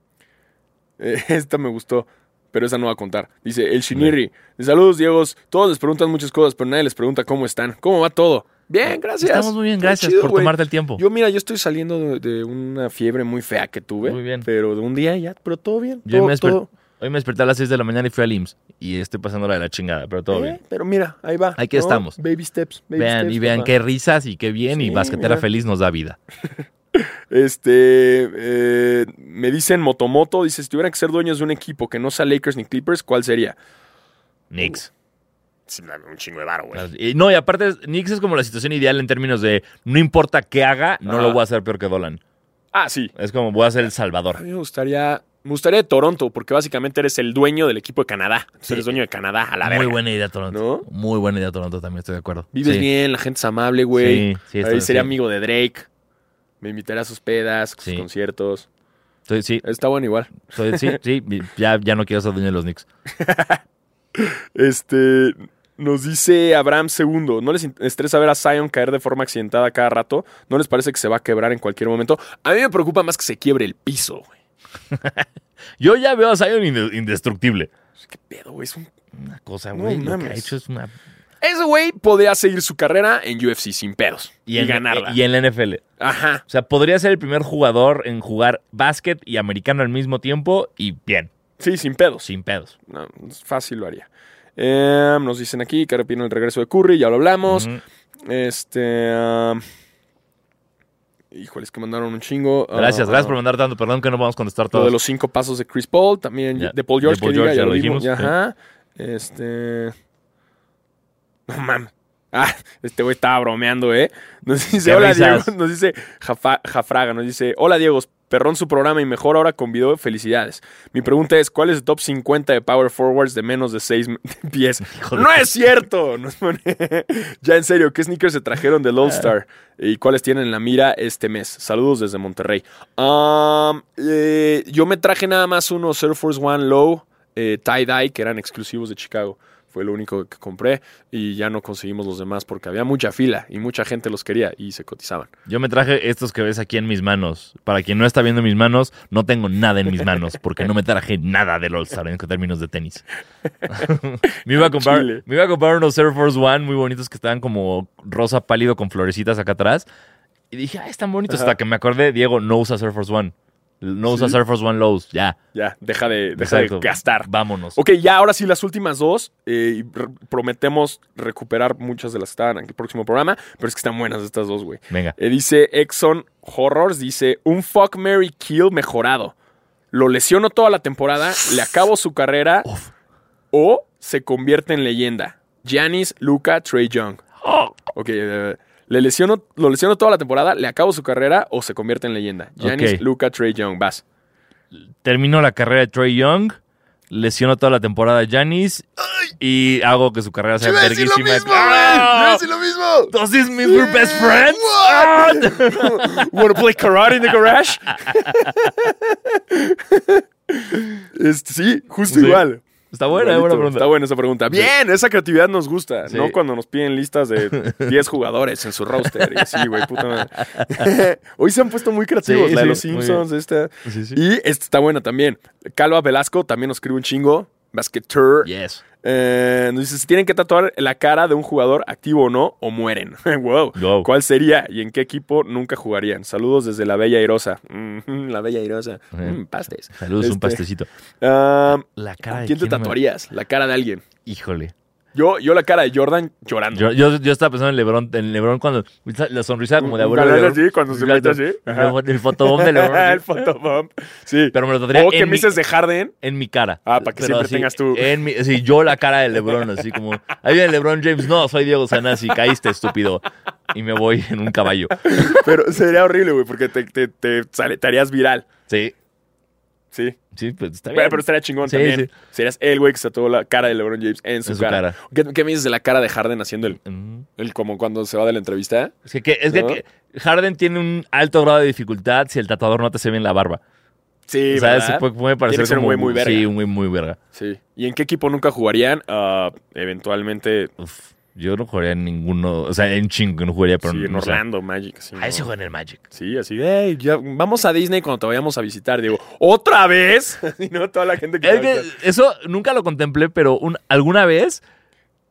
Eh, esta me gustó, pero esa no va a contar. Dice, el Shiniri. Saludos, Diegos. Todos les preguntan muchas cosas, pero nadie les pregunta cómo están. ¿Cómo va todo? Bien, gracias.
Ah, Estamos muy bien,
Qué
gracias
chido,
por
güey.
tomarte el tiempo.
Yo, mira, yo estoy saliendo de, de una fiebre muy fea que tuve.
Muy bien.
Pero de un día ya, pero todo bien.
Yo
todo-
me desper-
todo-
Hoy me desperté a las 6 de la mañana y fui al IMSS y estoy pasando la de la chingada, pero todo
Eh,
bien.
Pero mira, ahí va.
Aquí estamos.
Baby steps. baby
Vean
steps,
y vean
papá.
qué risas y qué bien y
Sí,
basquetera
mira.
feliz nos da vida.
Este, eh, me dicen Motomoto, dice, si tuvieran que ser dueños de un equipo que no sea Lakers ni Clippers, ¿cuál sería?
Knicks.
Sí, dame un chingo de varo,
Y No, y aparte, es- Knicks es como la situación ideal en términos de no importa qué haga, no
Ajá.
lo voy a hacer peor que Dolan.
Ah, sí.
Es como voy a ser el
A
salvador.
mí me gustaría, me gustaría de Toronto, porque básicamente eres el dueño del equipo de Canadá. Entonces, Eres dueño de Canadá, a la
Muy
verga.
buena idea Toronto.
¿No?
Muy buena idea Toronto también, estoy de acuerdo.
Vives
Sí.
bien, la gente es amable, güey.
Sí, sí,
Ahí
estoy-
sería
sí.
amigo de Drake. Me invitaría a sus pedas, sus
Sí.
conciertos.
Estoy- sí,
Está bueno igual.
estoy- sí, sí, ya, ya no quiero ser dueño de los Knicks.
Este, nos dice Abraham segundo, ¿no les in- estresa ver a Zion caer de forma accidentada cada rato? ¿No les parece que se va a quebrar en cualquier momento? A mí me preocupa más que se quiebre el piso, güey.
Yo ya veo a Zion inde- indestructible.
¿Qué pedo, güey? Es un-
Una cosa,
No
güey, lo que ha
mames.
hecho es una...
Ese güey podría seguir su carrera en UFC sin pedos y,
en-
ganarla.
Y en la NFL.
Ajá.
O sea, podría ser el primer jugador en jugar básquet y americano al mismo tiempo y bien,
Sí, sin pedos.
sin pedos.
No, es fácil lo haría. Em, nos dicen aquí que repito el regreso de Curry, ya lo hablamos.
Ujú.
Este. am, híjoles, que mandaron un chingo.
Gracias,
Ah,
gracias por mandar tanto. Perdón que no vamos a contestar
Lo
todos.
de los cinco pasos de Chris Paul, también
Ya,
de Paul George,
de Paul
que diga,
George,
ya
ya
lo
lo
dijimos.
dijimos,
Ajá. Este. No mames. Ah, este güey estaba bromeando, ¿eh? Nos dice,
Qué
hola
risas.
Diego. Nos dice Jafa- Jafraga, nos dice, hola Diego, perrón su programa y mejor ahora con video, felicidades. Mi pregunta es, ¿cuál es el top 50 de Power Forwards de menos de 6 pies?
Hijo de-
¡No es cierto! Nos pone- ya en serio, ¿qué sneakers se trajeron del All Star? ¿Y cuáles tienen en la mira este mes? Saludos desde Monterrey. Am, eh, yo me traje nada más unos Air Force One Low eh, Tie-Dye que eran exclusivos de Chicago. Fue lo único que compré y ya no conseguimos los demás porque había mucha fila y mucha gente los quería y se cotizaban.
Yo me traje estos que ves aquí en mis manos. Para quien no está viendo mis manos, no tengo nada en mis manos porque no me traje nada del All-Star en términos de tenis. me, iba a comprar,
Chile.
me iba a comprar unos Air Force One muy bonitos que estaban como rosa pálido con florecitas acá atrás. Y dije, ah, están bonitos.
Ajá.
Hasta que me acordé, Diego, no usas Air Force One. No
¿Sí?
usas Air Force One Lows. Ya.
Ya, deja de, deja de
Exacto.
gastar.
Vámonos.
Ok, ya ahora sí las últimas dos. eh, y re- prometemos recuperar muchas de las que estaban en el próximo programa, pero es que están buenas estas dos, güey.
Venga.
Eh, dice Exxon Horrors, dice un fuck Mary Kill mejorado. Lo lesiono toda la temporada, le acabo su carrera o se convierte en leyenda. Giannis, Luca, Trey Young. Ok, eh, le lesiono, lo lesiono toda la temporada, le acabo su carrera o se convierte en leyenda. Giannis,
Ok.
Luca, Trey Young, vas.
Termino la carrera de Trey Young. Lesiono toda la temporada a Janis y hago que su carrera sea verguísima. ¡Ah!
lo mismo!
Does this mean we're best friends? Ah.
Wanna play karate in the garage? Este, sí, justo
Sí.
igual.
Está buena, es buena
Igualito.
pregunta.
Está buena esa pregunta. Bien, esa creatividad nos gusta,
Sí.
¿no? Cuando nos piden listas de 10 jugadores en su roster. Y sí, güey, puta madre. Hoy se han puesto muy creativos.
Sí,
la
sí,
de los
muy
Simpsons, esta.
Sí, sí.
Y esta está buena también. Calva Velasco también nos escribe un chingo. Basketer.
Yes.
Eh, nos dice, si tienen que tatuar la cara de un jugador activo o no, o mueren. wow.
Wow.
¿Cuál sería y en qué equipo nunca jugarían? Saludos desde la Bella Irosa. Mm, la Bella Irosa.
Ajá.
Mm, pastes.
Saludos, un
Este,
pastecito.
ah,
La cara
¿A
de
quién te
me-
tatuarías? La cara de alguien.
Híjole.
Yo, yo la cara de Jordan llorando.
Yo, yo, yo estaba pensando en Lebron, en Lebron cuando la sonrisa como de abuelo. de
Cuando hace
Lebron.
así, cuando se mete así. Ajá.
El, el fotobomb de Lebron.
el photobomb. Sí.
Pero me lo tatuaría
o que
en,
me
mi,
dices de Harden.
en mi cara.
Ah, para que
Pero
siempre
así,
tengas tu-
En mi, sí, yo la cara de Lebron, así como... Ahí viene Lebron James. No, soy Diego Sanasi. Caíste, estúpido. Y me voy en un caballo.
Pero sería horrible, güey, porque te, te, te sale- te harías viral.
Sí,
Sí.
sí, pues está bien.
Pero, pero estaría chingón
Sí,
también.
sí.
Serías el güey que se tatuó la cara de LeBron James en su,
En su
cara.
cara.
¿Qué, qué me dices de la cara de Harden haciendo el,
Mm.
el como cuando se va de la entrevista?
Es que, que- es que-
¿No?
que Harden tiene un alto grado de dificultad si el tatuador no te hace bien la barba.
Sí,
o sea,
¿verdad?
se puede, puede parecer
que ser un
como...
güey muy verga.
Sí, un güey muy verga.
Sí. ¿Y en qué equipo nunca jugarían? Ah, eventualmente
Uf, yo no jugaría en ninguno... O sea, en chingo no jugaría, pero...
sí, en
no sé.
Orlando, Magic. sí,
Ah, ese
no.
juega en el Magic.
Sí, así de, "Ey, ya, vamos a Disney cuando te vayamos a visitar. Digo, ¿otra vez? Y no, toda la gente que...
Es
estaba-
que eso nunca lo contemplé, pero un- alguna vez,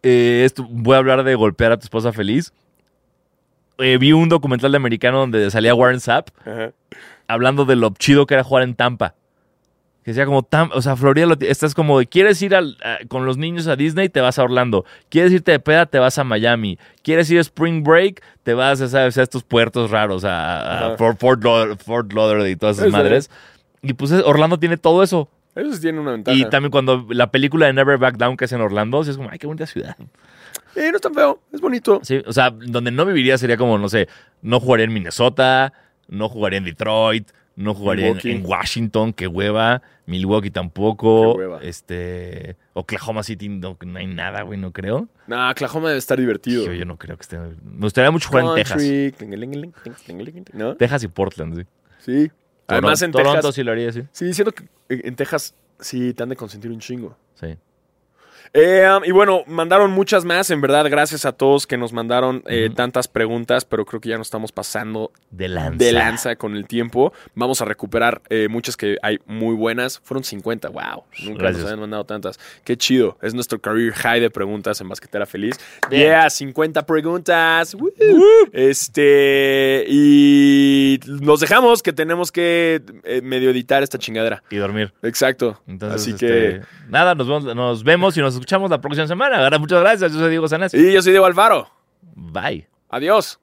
eh, esto- voy a hablar de golpear a tu esposa feliz. Eh, vi un documental de americano donde salía Warren Sapp
Ajá.
hablando de lo chido que era jugar en Tampa. Que decía como, Tam- o sea, Florida, lo ti- estás como, de, quieres ir al- a- con los niños a Disney, te vas a Orlando. Quieres irte de peda, te vas a Miami. Quieres ir a Spring Break, te vas ya sabes, a estos puertos raros, a, a
Ajá.
Fort, Fort Lauder- Fort Lauderdale y todas esas
Eso es.
madres. Y pues eh, Orlando tiene todo eso.
Eso sí tiene una ventaja.
Y
Y
también cuando la película de Never Back Down que es en Orlando, sí es como, ay, qué bonita ciudad.
no es tan feo, es bonito.
Sí, o sea, donde no viviría sería como, no sé, no jugaría en Minnesota, no jugaría en Detroit, no jugaría en,
Milwaukee.
en Washington, qué hueva, Milwaukee tampoco,
Qué hueva.
este, Oklahoma City no, no hay nada, güey, no creo.
No, Oklahoma debe estar divertido.
Yo, yo no creo que esté... Me gustaría mucho jugar en Texas.
Country, tingelingeling, tingelingeling, ¿No?
Texas y Portland, sí.
Sí. Además en
Toronto, Toronto
Texas...
sí lo haría, sí.
Sí, siento que eh, en Texas sí te han de consentir un chingo.
Sí.
Eh, um, y bueno, mandaron muchas más, en verdad, gracias a todos que nos mandaron eh,
Ujú.
tantas preguntas, pero creo que ya nos estamos pasando
De lanza.
de lanza con el tiempo. Vamos a recuperar eh, muchas que hay muy buenas. Fueron 50, wow. Nunca
Gracias.
nos habían mandado tantas. Qué chido. Es nuestro career high de preguntas en Basquetera Feliz.
Bien.
Yeah, 50 preguntas. Woo. Este. Y nos dejamos que tenemos que eh, medio editar esta chingadera.
Y dormir.
Exacto.
Entonces,
Así
este,
que.
nada, nos vemos, nos vemos y nos escuchamos la próxima semana. Ahora, Muchas gracias. Yo soy Diego Sanasi.
Y yo soy Diego Alfaro.
Bye.
Adiós.